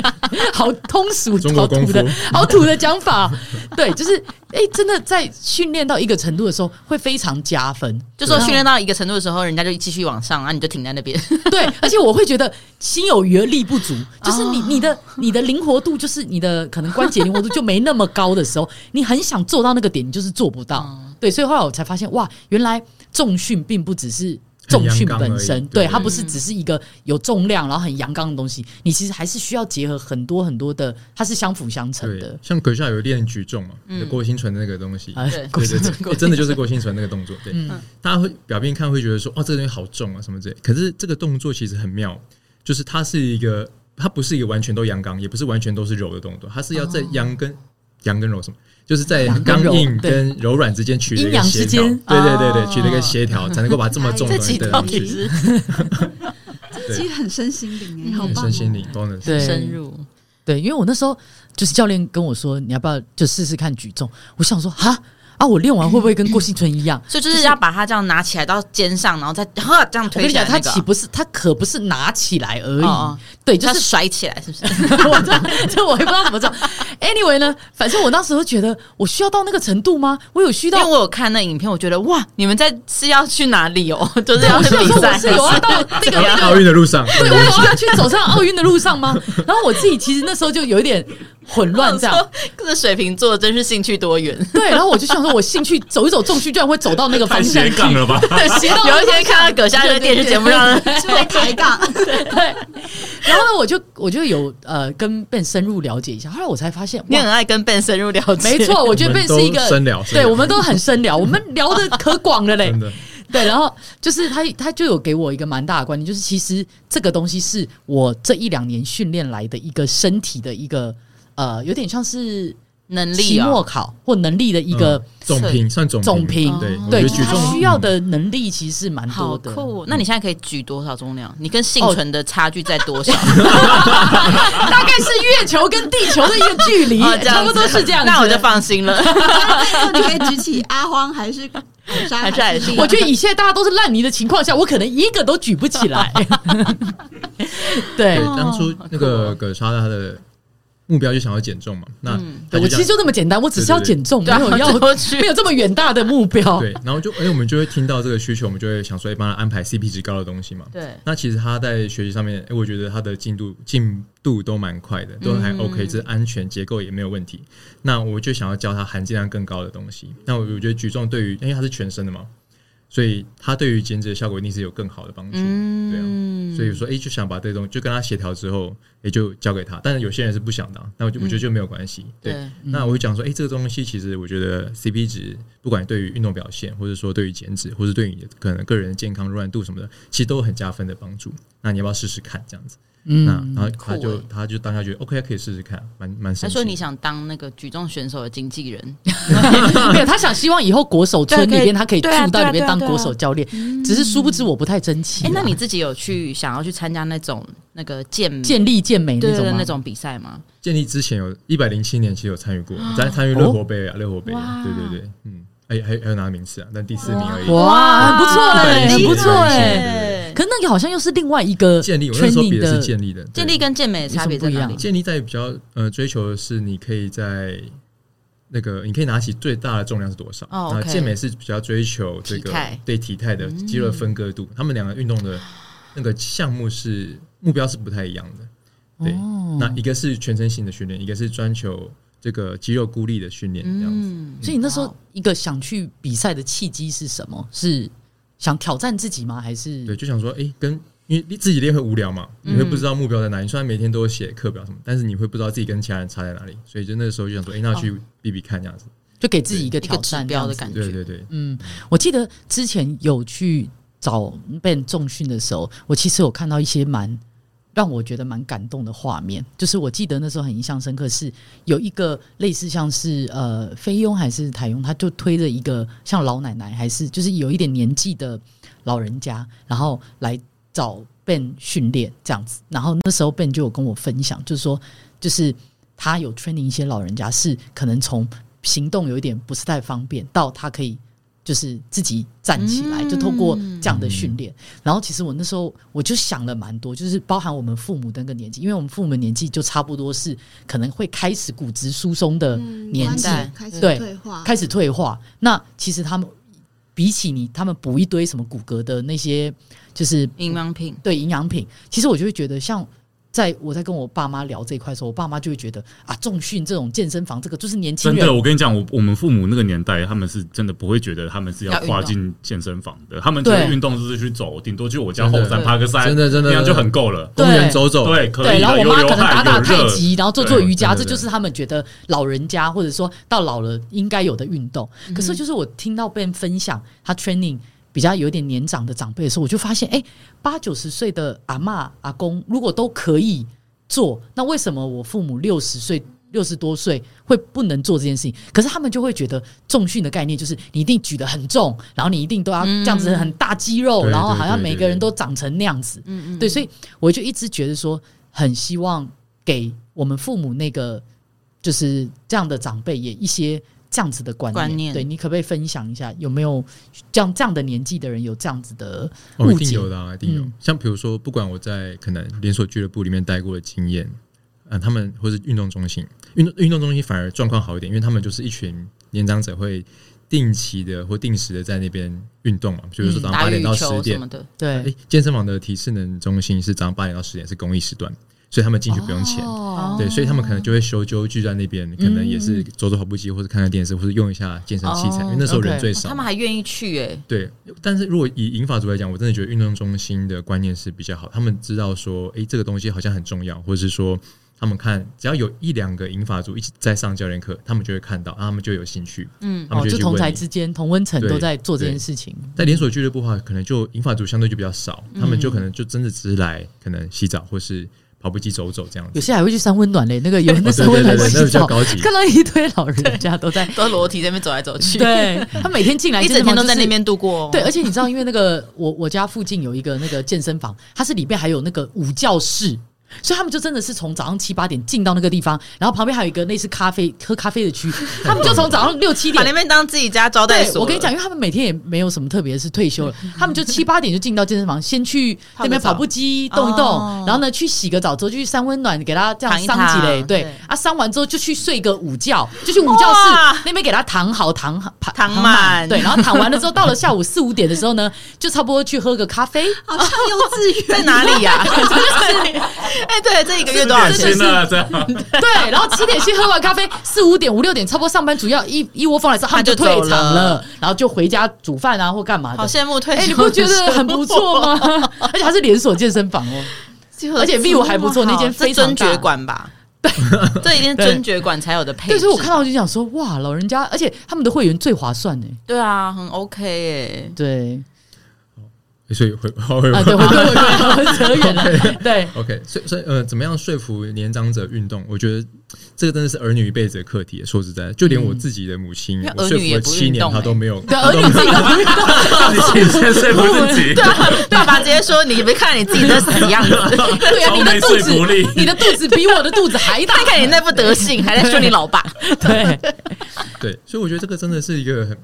Speaker 1: 好通俗
Speaker 5: 中
Speaker 1: 好
Speaker 5: 国功
Speaker 1: 土
Speaker 5: 夫
Speaker 1: 的好土的讲法，哦对，就是哎，真的在训练到一个程度的时候会非常加分，
Speaker 2: 就说
Speaker 1: 对
Speaker 2: 训练到一个程度的时候，人家就继续往上，然后你就停在那边。
Speaker 1: 对，而且我会觉得心有余而力不足，就是你
Speaker 2: 哦
Speaker 1: 你的你的灵活度，就是你的可能关节灵活度就没那么高的时候，你很想做到那个点，你就是做不到。
Speaker 2: 哦
Speaker 1: 对，所以后来我才发现，哇，原来重训并不只是。重训本
Speaker 5: 很阳刚而
Speaker 1: 身，
Speaker 5: 已
Speaker 1: 对
Speaker 5: 对
Speaker 1: 它不是
Speaker 2: 嗯
Speaker 1: 只是一个有重量然后很阳刚的东西，你其实还是需要结合很多很多的，它是相辅相成
Speaker 5: 对
Speaker 1: 的，。
Speaker 5: 像葛下有练举重嘛，
Speaker 2: 嗯
Speaker 5: 有郭新存那个东西，
Speaker 1: 哎
Speaker 2: 对
Speaker 1: 故
Speaker 5: 对
Speaker 1: 事
Speaker 5: 对对，真的就是郭新存那个动作。对，
Speaker 1: 嗯
Speaker 5: 大家会表面看会觉得说，哦，这个东西好重啊，什么之类。可是这个动作其实很妙，就是它是一个，它不是一个完全都阳刚，也不是完全都是柔的动作，它是要在阳跟阳、跟柔什么，就是在
Speaker 1: 哦阳跟
Speaker 5: 刚
Speaker 1: 柔
Speaker 5: 硬
Speaker 1: 对
Speaker 5: 跟柔软之间取得一
Speaker 1: 阴
Speaker 5: 个
Speaker 1: 阳
Speaker 5: 协
Speaker 1: 之
Speaker 5: 调。
Speaker 1: 间哎
Speaker 5: 对对对对，
Speaker 2: 哦
Speaker 5: 取得一个协调，才能够把这么重 的
Speaker 4: 这
Speaker 5: 东西
Speaker 4: 集
Speaker 5: 带
Speaker 4: 到
Speaker 5: 上
Speaker 4: 底
Speaker 5: 去。
Speaker 2: 是
Speaker 4: 其实很身心灵哎、好棒、哦！
Speaker 5: 身心灵 b o
Speaker 1: 对
Speaker 2: 深入，
Speaker 1: 对，因为我那时候就是教练跟我说，你要不要就试试看举重？我想说，哈啊，我练完会不会跟郭幸存一样？
Speaker 2: 所以就是要把它这样拿起来到肩上，然后再 哈这样
Speaker 1: 我跟
Speaker 2: 推
Speaker 1: 你
Speaker 2: 起来、
Speaker 1: 讲，
Speaker 2: 那
Speaker 1: 他
Speaker 2: 个啊
Speaker 1: 岂不是他可不是拿起来而已，
Speaker 2: 哦哦
Speaker 1: 对，就
Speaker 2: 它
Speaker 1: 是
Speaker 2: 甩起来，是不是？
Speaker 1: 我这这我也不知道怎么讲。Anyway 呢，反正我当时就觉得，我需要到那个程度吗？我有需
Speaker 2: 因为
Speaker 1: 要。
Speaker 2: 我有看那影片，我觉得哇，你们在是要去哪里哦？ 就是
Speaker 1: 对，
Speaker 2: 要
Speaker 1: 我
Speaker 2: 去
Speaker 1: 是想
Speaker 2: 比
Speaker 1: 说，我
Speaker 2: 赛，
Speaker 1: 是有 要到那个
Speaker 5: 在奥运的路上，
Speaker 1: 对，我有需要去走上奥运的路上吗？然后我自己其实那时候就有一点混乱，这样
Speaker 2: 我想说。这水瓶座真是兴趣 多元，
Speaker 1: 对。然后我就想说，我兴趣走一走，重训居然会走到那个方
Speaker 3: 太
Speaker 1: 向
Speaker 3: 斜
Speaker 1: 去，
Speaker 3: 杠了吧？
Speaker 1: 对，斜到
Speaker 2: 有一天看到葛夏在电视节目上，
Speaker 4: 就会抬杠，
Speaker 1: 对，然后呢，我就我就有呃跟 Ben 深入了解一下，后来我才发现，
Speaker 2: 你很
Speaker 1: 哇，
Speaker 2: 爱跟 Ben 深入了 解，
Speaker 1: 没，错， 我觉得
Speaker 5: 我们
Speaker 1: Ben
Speaker 5: 都
Speaker 1: 是一个
Speaker 5: 深聊深
Speaker 1: 对，
Speaker 5: 聊
Speaker 1: 我们都很深聊，我们聊的可广了嘞
Speaker 5: 真。的
Speaker 1: 对，然后就是他他就有给我一个蛮大的观念，就是其实这个东西是我这一两年训练来的一个身体的一个呃，有点像是
Speaker 2: 能力
Speaker 1: 期末
Speaker 2: 哦，
Speaker 1: 考或能力的一个。
Speaker 5: 嗯总评算总
Speaker 1: 总评
Speaker 5: 对，我觉
Speaker 1: 对，就
Speaker 5: 得
Speaker 1: 是
Speaker 5: 举
Speaker 1: 他
Speaker 5: 重嗯
Speaker 1: 需要的能力其实是蛮
Speaker 2: 哦好
Speaker 1: 多的。
Speaker 2: 酷、哦！那你现在可以举多少重量？你跟幸存的差距在 多少？
Speaker 1: 大概是月球跟地球的一个距离，
Speaker 2: 啊 哦这样
Speaker 1: 差不多
Speaker 2: 子
Speaker 1: 是这样子。
Speaker 2: 那我就放心了。
Speaker 4: 你可以举起阿荒还是 海啊沙
Speaker 2: 还是海
Speaker 4: 还
Speaker 2: 沙
Speaker 4: 是
Speaker 1: 我觉得以现在大家都是烂泥的情况下，我可能一个都举不 起来。对
Speaker 5: 对，当初那个葛莎她的目标就想要减重嘛，那他
Speaker 1: 嗯我
Speaker 5: 就
Speaker 1: 其实
Speaker 5: 这样
Speaker 1: 就这么简单，我只是要减重，没
Speaker 2: 对
Speaker 1: 有要
Speaker 2: 然后就 去
Speaker 1: 没有这么远大的目标。
Speaker 5: 对，然后就哎、我们就会听到这个需求，我们就会想说，哎、帮他安排 CP 值高的东西嘛。
Speaker 2: 对，
Speaker 5: 那其实他在学习上面，哎、我觉得他的进度进度都蛮快的，都还
Speaker 1: 嗯
Speaker 5: OK，、这安全结构也没有问题。那我就想要教他含金量更高的东西。那我我觉得举重对于，因为他是全身的嘛，所以他对于减脂的效果一定是有更好的帮助。对啊。
Speaker 2: 嗯
Speaker 5: 所以说，哎、就想把这东西就跟他协调之后，也、就交给他。但是有些人是不想的啊、那我就我觉得就没有关系。对，
Speaker 2: 嗯对，嗯
Speaker 5: 那我就讲说，哎、这个东西其实我觉得 CP 值，不管对于运动表现，或者说对于减脂，或者对于你的可能个人健康、柔软度什么的，其实都有很加分的帮助。那你要不要试试看这样子？那
Speaker 1: 嗯
Speaker 5: 然后他
Speaker 2: 酷
Speaker 5: 就
Speaker 2: 欸
Speaker 5: 他就当下觉得 OK，可以试试看，蛮蛮神
Speaker 2: 他
Speaker 5: 奇
Speaker 2: 说
Speaker 5: 的。
Speaker 2: 你想当那个举重选手的经纪人，
Speaker 1: 啊 没有，他想希望以后国手村里
Speaker 2: 对可以
Speaker 1: 边，他可以住
Speaker 2: 对啊
Speaker 1: 到里
Speaker 2: 对
Speaker 1: 面
Speaker 2: 啊
Speaker 1: 当
Speaker 2: 对啊
Speaker 1: 国手教练。只是殊不知我不太争气
Speaker 2: 哎、
Speaker 1: 啊。
Speaker 2: 那你自己有去想要去参加那种那个健
Speaker 1: 健力健美
Speaker 2: 对
Speaker 1: 那
Speaker 2: 对
Speaker 1: 种
Speaker 2: 对
Speaker 1: 吗
Speaker 2: 那？种比赛吗？
Speaker 5: 建立之前有一百零七年，其实有参与 过，在参与热火杯啊，热火杯啊，
Speaker 2: 哦哇
Speaker 5: 对对对，嗯，哎、还有还有拿名次啊，但第四名而已。
Speaker 1: 哇，很不错哎，
Speaker 5: 107
Speaker 1: 很不错
Speaker 5: 对
Speaker 2: 欸
Speaker 1: 哎。
Speaker 5: 对
Speaker 1: 可那个好像又是另外一个
Speaker 5: 建立，我那时候比
Speaker 1: training
Speaker 5: 的是
Speaker 1: 的
Speaker 5: 建立的，对
Speaker 2: 健力跟健美的差别在哪
Speaker 1: 有什么不一
Speaker 2: 里
Speaker 1: 样？
Speaker 5: 建立在比较呃追求的是你可以在那个你可以拿起最大的重量是多少？
Speaker 2: 哦
Speaker 5: 那
Speaker 2: OK
Speaker 5: 健美是比较追求这
Speaker 2: 体
Speaker 5: 个
Speaker 2: 态嗯
Speaker 5: 对体态的肌肉的分割度，他们两个运动的那个项目是目标是不太一样的。对，
Speaker 2: 哦
Speaker 5: 那一个是全身性的训练，一个是专求这个肌肉孤立的训练，这样子。
Speaker 2: 嗯，
Speaker 1: 所以你那时候
Speaker 2: 哦
Speaker 1: 一个想去比赛的契机是什么？是想挑战自己吗？还
Speaker 5: 对，
Speaker 1: 是
Speaker 5: 就想说，哎、跟因为你自己练会无聊嘛，
Speaker 2: 嗯
Speaker 5: 你会不知道目标在哪里。虽然每天都有写课表什么，但是你会不知道自己跟其他人差在哪里，所以就那时候就想说，哎、那
Speaker 2: 哦
Speaker 5: 去比比看这样子。
Speaker 1: 就给自己一个
Speaker 2: 一
Speaker 1: 挑
Speaker 2: 个指
Speaker 1: 战
Speaker 2: 标的
Speaker 1: 这样子
Speaker 2: 感
Speaker 5: 对
Speaker 2: 觉，
Speaker 5: 对对，
Speaker 1: 嗯，我记得之前有去找被人重训的时候，我其实有看到一些蛮让我觉得蛮感动的画面。就是我记得那时候很印象深刻是，有一个类似像是呃菲佣还是台佣，他就推着一个像老奶奶还是就是有一点年纪的老人家，然后来找 Ben 训练这样子。然后那时候 Ben 就有跟我分享，就是说就是他有 training 一些老人家是可能从行动有一点不是太方便，到他可以就是自己站起来，
Speaker 2: 嗯
Speaker 1: 就透过这样的训练。然后其实我那时候我就想了蛮多，就是包含我们父母的那个年纪，因为我们父母的年纪就差不多是可能会开始骨质疏松的
Speaker 2: 嗯
Speaker 1: 年
Speaker 4: 关
Speaker 1: 纪，
Speaker 4: 节开始
Speaker 1: 对
Speaker 4: 退化，
Speaker 1: 开始退化。那其实他们比起你，他们补一堆什么骨骼的那些，就是
Speaker 2: 营养品
Speaker 1: 对营养品，其实我就会觉得像。在我在跟我爸妈聊这一块的时候，我爸妈就会觉得啊，重训这种健身房，这个就是年轻
Speaker 3: 真
Speaker 1: 人
Speaker 3: 的，我跟你讲，我我们父母那个年代，他们是真的不会觉得他们是
Speaker 2: 要
Speaker 3: 要
Speaker 2: 运动
Speaker 3: 跨进健身房的，他们觉得
Speaker 1: 对
Speaker 3: 运动就是去走，顶多去我家后
Speaker 5: 真的
Speaker 3: 山爬个山，
Speaker 5: 真的真的
Speaker 3: 那样就很够了。
Speaker 1: 对
Speaker 5: 公园走走，
Speaker 3: 对，可以
Speaker 1: 对，
Speaker 3: 的。
Speaker 1: 然后我妈
Speaker 3: 有
Speaker 1: 可能打打太，
Speaker 3: 啊有汗有热
Speaker 1: 极，然后做做
Speaker 5: 对
Speaker 1: 瑜伽，
Speaker 5: 对
Speaker 1: 这
Speaker 5: 对
Speaker 1: 就是他们觉得老人家或者说到老了应该有的运动。可是就是我听到别人分享他 training 比较有点年长的长辈的时候，我就发现，哎，八九十岁的阿嬷阿公如果都可以做，那为什么我父母六十岁？六十多岁会不能做这件事情，可是他们就会觉得重训的概念就是你一定举得很重，然后你一定都要这样子很大肌肉，
Speaker 5: 对
Speaker 1: 然后
Speaker 5: 对
Speaker 1: 好像
Speaker 5: 对
Speaker 1: 每
Speaker 5: 对
Speaker 1: 个人
Speaker 5: 对
Speaker 1: 都长成那样子。
Speaker 2: 嗯
Speaker 1: 对，所以我就一直觉得说，很希望给我们父母那个就是这样的长辈也一些这样子的观念。
Speaker 2: 观念
Speaker 1: 对你可不可以分享一下，有没有这样这样的年纪的人有这样子的
Speaker 5: 哦，一
Speaker 1: 误
Speaker 5: 定
Speaker 1: 解
Speaker 5: 有的、啊，一定有。
Speaker 1: 嗯
Speaker 5: 像比如说，不管我在可能连锁俱乐部里面待过的经验，啊、他们或是运动中心，运动运动中心反而状况好一点，因为他们就是一群年长者会定期的或定时的在那边运动嘛，比如说早上
Speaker 2: 嗯打
Speaker 5: 八
Speaker 2: 羽
Speaker 5: 点到十
Speaker 2: 球什
Speaker 5: 点
Speaker 2: 么，的，
Speaker 1: 对
Speaker 5: 哎、健身房的体适能中心是早上八点到十点是公益时段，所以他们进去不用钱。
Speaker 1: 哦
Speaker 5: 对，所以他们可能就会修旧聚在那边，可能也是走走跑步机，或者看看电视，或者用一下健身器材，因为那时候人
Speaker 1: OK
Speaker 5: 最
Speaker 2: 嗯哦
Speaker 5: 少
Speaker 2: 他
Speaker 5: 嘛。
Speaker 2: 们还愿意去哎、
Speaker 5: 对，但是如果以银发族来讲，我真的觉得运动中心的观念是比较好。他们知道说，诶，这个东西好像很重要，或者是说，他们看只要有一两个银发族一起在上教练课，他们就会看到，啊，他们就有兴趣，
Speaker 2: 嗯，
Speaker 5: 他们
Speaker 1: 哦，
Speaker 5: 就
Speaker 1: 就
Speaker 5: 去
Speaker 1: 同
Speaker 5: 问
Speaker 1: 台
Speaker 5: 你。
Speaker 1: 之间、同温层
Speaker 5: 对
Speaker 1: 都在做这
Speaker 5: 对
Speaker 1: 件事情。
Speaker 5: 在连锁俱乐部的话，可能就银发族相对就比较少，他
Speaker 1: 嗯
Speaker 5: 们就可能就真的只是来可能洗澡或是跑步机走走这样子
Speaker 1: 有。些还会去三温暖嘞，那个有人在
Speaker 5: 哦对
Speaker 1: 三温暖
Speaker 5: 对对对那
Speaker 1: 洗
Speaker 5: 比较
Speaker 1: 澡，
Speaker 5: 高级
Speaker 1: 看到一堆老人家都 在，
Speaker 2: 都裸体在那边走来走去，，
Speaker 1: 对他每天进来
Speaker 2: 一
Speaker 1: 健
Speaker 2: 整
Speaker 1: 身房
Speaker 2: 天都在
Speaker 1: 就是
Speaker 2: 那边度过、哦，
Speaker 1: 对，而且你 知道，因为那个我我家附近有一个那个健身房，它是里面还有那个午教室，所以他们就真的是从早上七八点进到那个地方，然后旁边还有一个类似咖啡喝咖啡的区，他们就从早上六七
Speaker 2: 把
Speaker 1: 点
Speaker 2: 那边当自己家招待
Speaker 1: 对，
Speaker 2: 所。嗯
Speaker 1: 我跟你讲，，因为他们每天也没有什么特别，是退休了，他们就七八点就进到健身房，先去那边
Speaker 2: 泡个澡
Speaker 1: 跑步机动一动，
Speaker 2: 哦
Speaker 1: 然后呢去洗个澡之后就去三温暖，给他这样
Speaker 2: 躺一
Speaker 1: 伤起来，
Speaker 2: 躺
Speaker 1: 对
Speaker 2: 对
Speaker 1: 啊，伤完之后就去睡个午觉，就去午觉室
Speaker 2: 哇
Speaker 1: 那边给他躺好躺好躺
Speaker 2: 躺满
Speaker 1: 对，然后躺完了之后，到了下午四五点的时候呢，就差不多去喝个咖 啡，
Speaker 4: 好像幼稚园
Speaker 2: 在哪里 呀、哎，对，这一个月多少钱？
Speaker 3: 天哪，这样
Speaker 1: 对，然后七点去喝完咖啡，四五点五六点差不多上班族要一一窝蜂来的时候，他们
Speaker 2: 他就
Speaker 1: 退
Speaker 2: 走
Speaker 1: 场
Speaker 2: 了
Speaker 1: 了，然后就回家煮饭啊或干嘛的
Speaker 2: 好。羡慕退休、
Speaker 1: 哎、 你不觉得很不错？吗？ 而且它是连锁健身房 哦，而且 view 还不错那间非常
Speaker 2: 尊
Speaker 1: 大
Speaker 2: 爵馆吧？对， 这一定是尊爵馆才有的配
Speaker 1: 对，
Speaker 2: 置。
Speaker 1: 所以我看到我就想说，哇，老人家，而且他们的会员最划算呢。
Speaker 2: 对啊，很 OK 哎、
Speaker 1: 对，
Speaker 5: 所以 回回
Speaker 1: 啊，对，回归回归扯 远了，对，
Speaker 5: OK，所以所以呃，怎么样说服年长者运动？我觉得这个真的是儿女一辈子的课题。说实在，就连我自己的母亲，
Speaker 2: 嗯因为
Speaker 5: 我
Speaker 2: 儿
Speaker 5: 说
Speaker 2: 女
Speaker 5: 服
Speaker 2: 也
Speaker 5: 了
Speaker 2: 不
Speaker 5: 七
Speaker 2: 运
Speaker 5: 年，
Speaker 2: 动
Speaker 5: 她都
Speaker 2: 欸
Speaker 5: 没有，
Speaker 1: 对，
Speaker 5: 她
Speaker 1: 而
Speaker 5: 都
Speaker 1: 且
Speaker 5: 没
Speaker 1: 自己都运动，
Speaker 3: 自己先说服 自己，
Speaker 2: 啊
Speaker 1: 啊
Speaker 2: 爸爸直接说：“你别看你自己的死样 子，
Speaker 1: 对啊，
Speaker 3: 超
Speaker 1: 你的
Speaker 3: 没
Speaker 1: 肚
Speaker 3: 说服
Speaker 1: 子，
Speaker 3: 力。
Speaker 1: 你的肚子比我的肚子 还大
Speaker 2: 看，看你那副德性，还在说你老爸。
Speaker 1: 对，
Speaker 5: 对，所以我觉得这个真的是一个很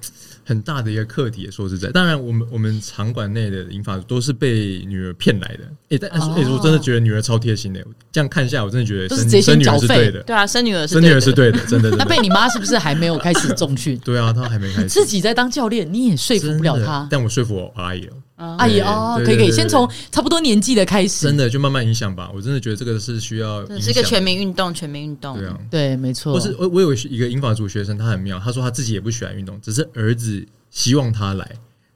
Speaker 5: 很大的一个课题。说实在，当然我们我们场馆内的银发族都是被女儿骗来的。诶，但但是、诶我
Speaker 2: 哦
Speaker 5: 真的觉得女儿超贴心的。这样看一下，我真的觉得
Speaker 1: 都
Speaker 5: 生
Speaker 1: 是直接先
Speaker 5: 生女儿
Speaker 1: 缴
Speaker 5: 是
Speaker 1: 费
Speaker 5: 对的”，
Speaker 2: 对啊，生女儿是
Speaker 5: 生女儿是对的， 真的。真
Speaker 1: 那
Speaker 5: 的
Speaker 1: 被你妈是不是还没有开始重 训？
Speaker 5: 对啊，她还没开始，
Speaker 1: 自己在当教练，你也说服不了
Speaker 5: 真的
Speaker 1: 她。
Speaker 5: 但我说服我阿姨了。
Speaker 2: 嗯
Speaker 1: 阿姨
Speaker 5: 对
Speaker 1: 哦，
Speaker 5: 对
Speaker 1: 可以
Speaker 5: 对
Speaker 1: 可以，
Speaker 5: 对
Speaker 1: 先
Speaker 5: 对
Speaker 1: 从差不多年纪的开始
Speaker 5: 真，的就慢慢影响吧。我真的觉得这个是需要
Speaker 2: 对，
Speaker 5: 影
Speaker 2: 是一个
Speaker 5: 响
Speaker 2: 全民运动，全民运动。
Speaker 5: 对啊。
Speaker 1: 对，没错，
Speaker 5: 或是我我有一个英法族学生，他很妙，他说他自己也不喜欢运动，只是儿子希望他来。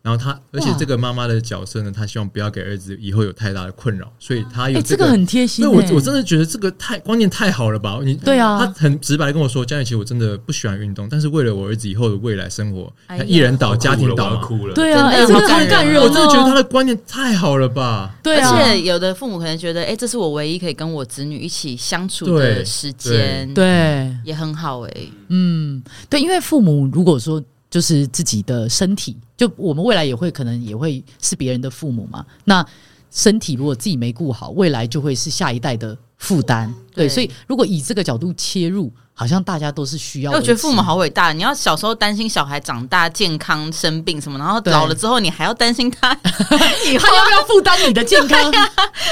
Speaker 5: 然后他，而且这个妈妈的角色呢，她希望不要给儿子以后有太大的困扰，所以他有
Speaker 1: 哎，这
Speaker 5: 个
Speaker 1: 个很贴心
Speaker 5: 对
Speaker 1: 欸。
Speaker 5: 我我真的觉得这个太观念太好了吧？你
Speaker 1: 对啊
Speaker 5: 他很直白地跟我说，佳宇，其实我真的不喜欢运动，但是为了我儿子以后的未来生活，
Speaker 2: 哎
Speaker 5: 他
Speaker 2: 呀
Speaker 5: 一人倒家庭
Speaker 3: 倒
Speaker 5: 倒嘛，
Speaker 3: 哭了，
Speaker 1: 对啊，
Speaker 2: 真的
Speaker 1: 哎，这
Speaker 2: 好
Speaker 1: 个
Speaker 2: 感
Speaker 1: 很感
Speaker 2: 人
Speaker 1: 人哦，
Speaker 5: 我真的觉得他的观念太好了吧？
Speaker 1: 对啊，
Speaker 2: 而且有的父母可能觉得，哎、这是我唯一可以跟我子女一起相处的
Speaker 5: 对
Speaker 2: 时间，，
Speaker 1: 对，
Speaker 2: 也很好哎、
Speaker 1: 嗯，对，因为父母如果说就是自己的身体，就我们未来也会可能也会是别人的父母嘛，那身体如果自己没顾好，未来就会是下一代的负担。对，
Speaker 2: 对
Speaker 1: 所以如果以这个角度切入，好像大家都是需要
Speaker 2: 因
Speaker 1: 维
Speaker 2: 为
Speaker 1: 持。
Speaker 2: 我觉得父母好伟大，你要小时候担心小孩长大健康生病什么，然后
Speaker 1: 对
Speaker 2: 老了之后你还要担 心他以后
Speaker 1: 他要不要负担你的健 康？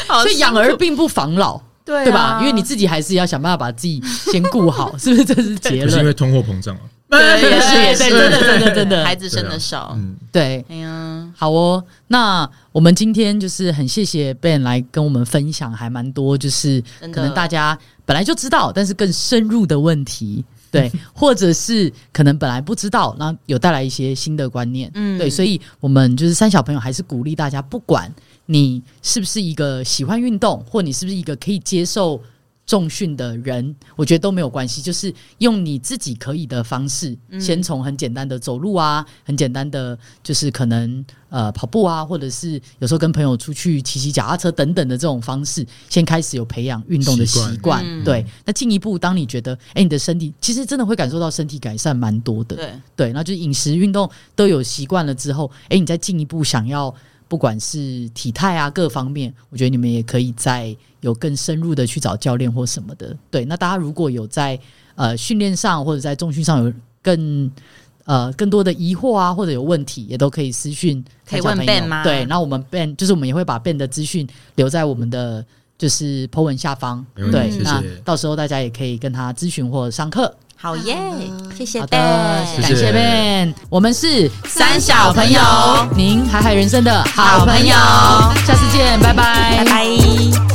Speaker 2: 好
Speaker 1: 所以养儿并不防老，
Speaker 2: 对、啊、
Speaker 1: 对吧？因为你自己还是要想办法把自己先顾好， 是不是？这是结
Speaker 5: 不是因
Speaker 1: 论。
Speaker 5: 为通货膨胀啊，
Speaker 2: 对也是也
Speaker 1: 对
Speaker 2: 是
Speaker 1: 对对啊真的真的
Speaker 2: 孩子生的少，
Speaker 5: 嗯，
Speaker 1: 对，
Speaker 2: 哎呀，
Speaker 1: 好哦，那我们今天就是很谢谢 Ben 来跟我们分享，还蛮多，就是
Speaker 2: 真的
Speaker 1: 可能大家本来就知道，但是更深入的问题， 对，或者是可能本来不知道，然后有带来一些新的观念，
Speaker 2: 嗯
Speaker 1: 对，所以我们就是三小朋友还是鼓励大家，不管你是不是一个喜欢运动，或你是不是一个可以接受。重训的人，我觉得都没有关系，就是用你自己可以的方式，
Speaker 2: 嗯
Speaker 1: 先从很简单的走路啊，很简单的就是可能呃跑步啊，或者是有时候跟朋友出去骑骑脚踏车等等的这种方式，先开始有培养运动的习
Speaker 5: 习惯
Speaker 1: 惯。
Speaker 2: 嗯
Speaker 1: 对，那进一步，当你觉得哎、你的身体其实真的会感受到身体改善蛮多的，
Speaker 2: 对，
Speaker 1: 对，那就是饮食、运动都有习惯了之后，诶，你再进一步想要，不管是体态啊各方面，我觉得你们也可以再有更深入的去找教练或什么的。对，那大家如果有在呃训练上或者在重训上有更呃更多的疑惑啊，或者有问题，也都可以私讯
Speaker 2: 可以
Speaker 1: 小
Speaker 2: 问
Speaker 1: 朋友
Speaker 2: Ben 吗
Speaker 1: 对，那我们 Ben 就是我们也会把 Ben 的资讯留在我们的。就是 po 文下方，
Speaker 5: 没问
Speaker 1: 对，
Speaker 5: 题谢
Speaker 1: 那
Speaker 5: 谢
Speaker 1: 到时候大家也可以跟他咨询或上课。
Speaker 2: 好耶，谢谢
Speaker 1: 好的，
Speaker 2: Ben
Speaker 1: 感谢 Ben，我们是
Speaker 2: 三小朋友
Speaker 1: 您海海人生的好
Speaker 2: 好
Speaker 1: 朋
Speaker 2: 朋
Speaker 1: 友
Speaker 2: 友，
Speaker 1: 下次见，拜拜
Speaker 2: 拜拜。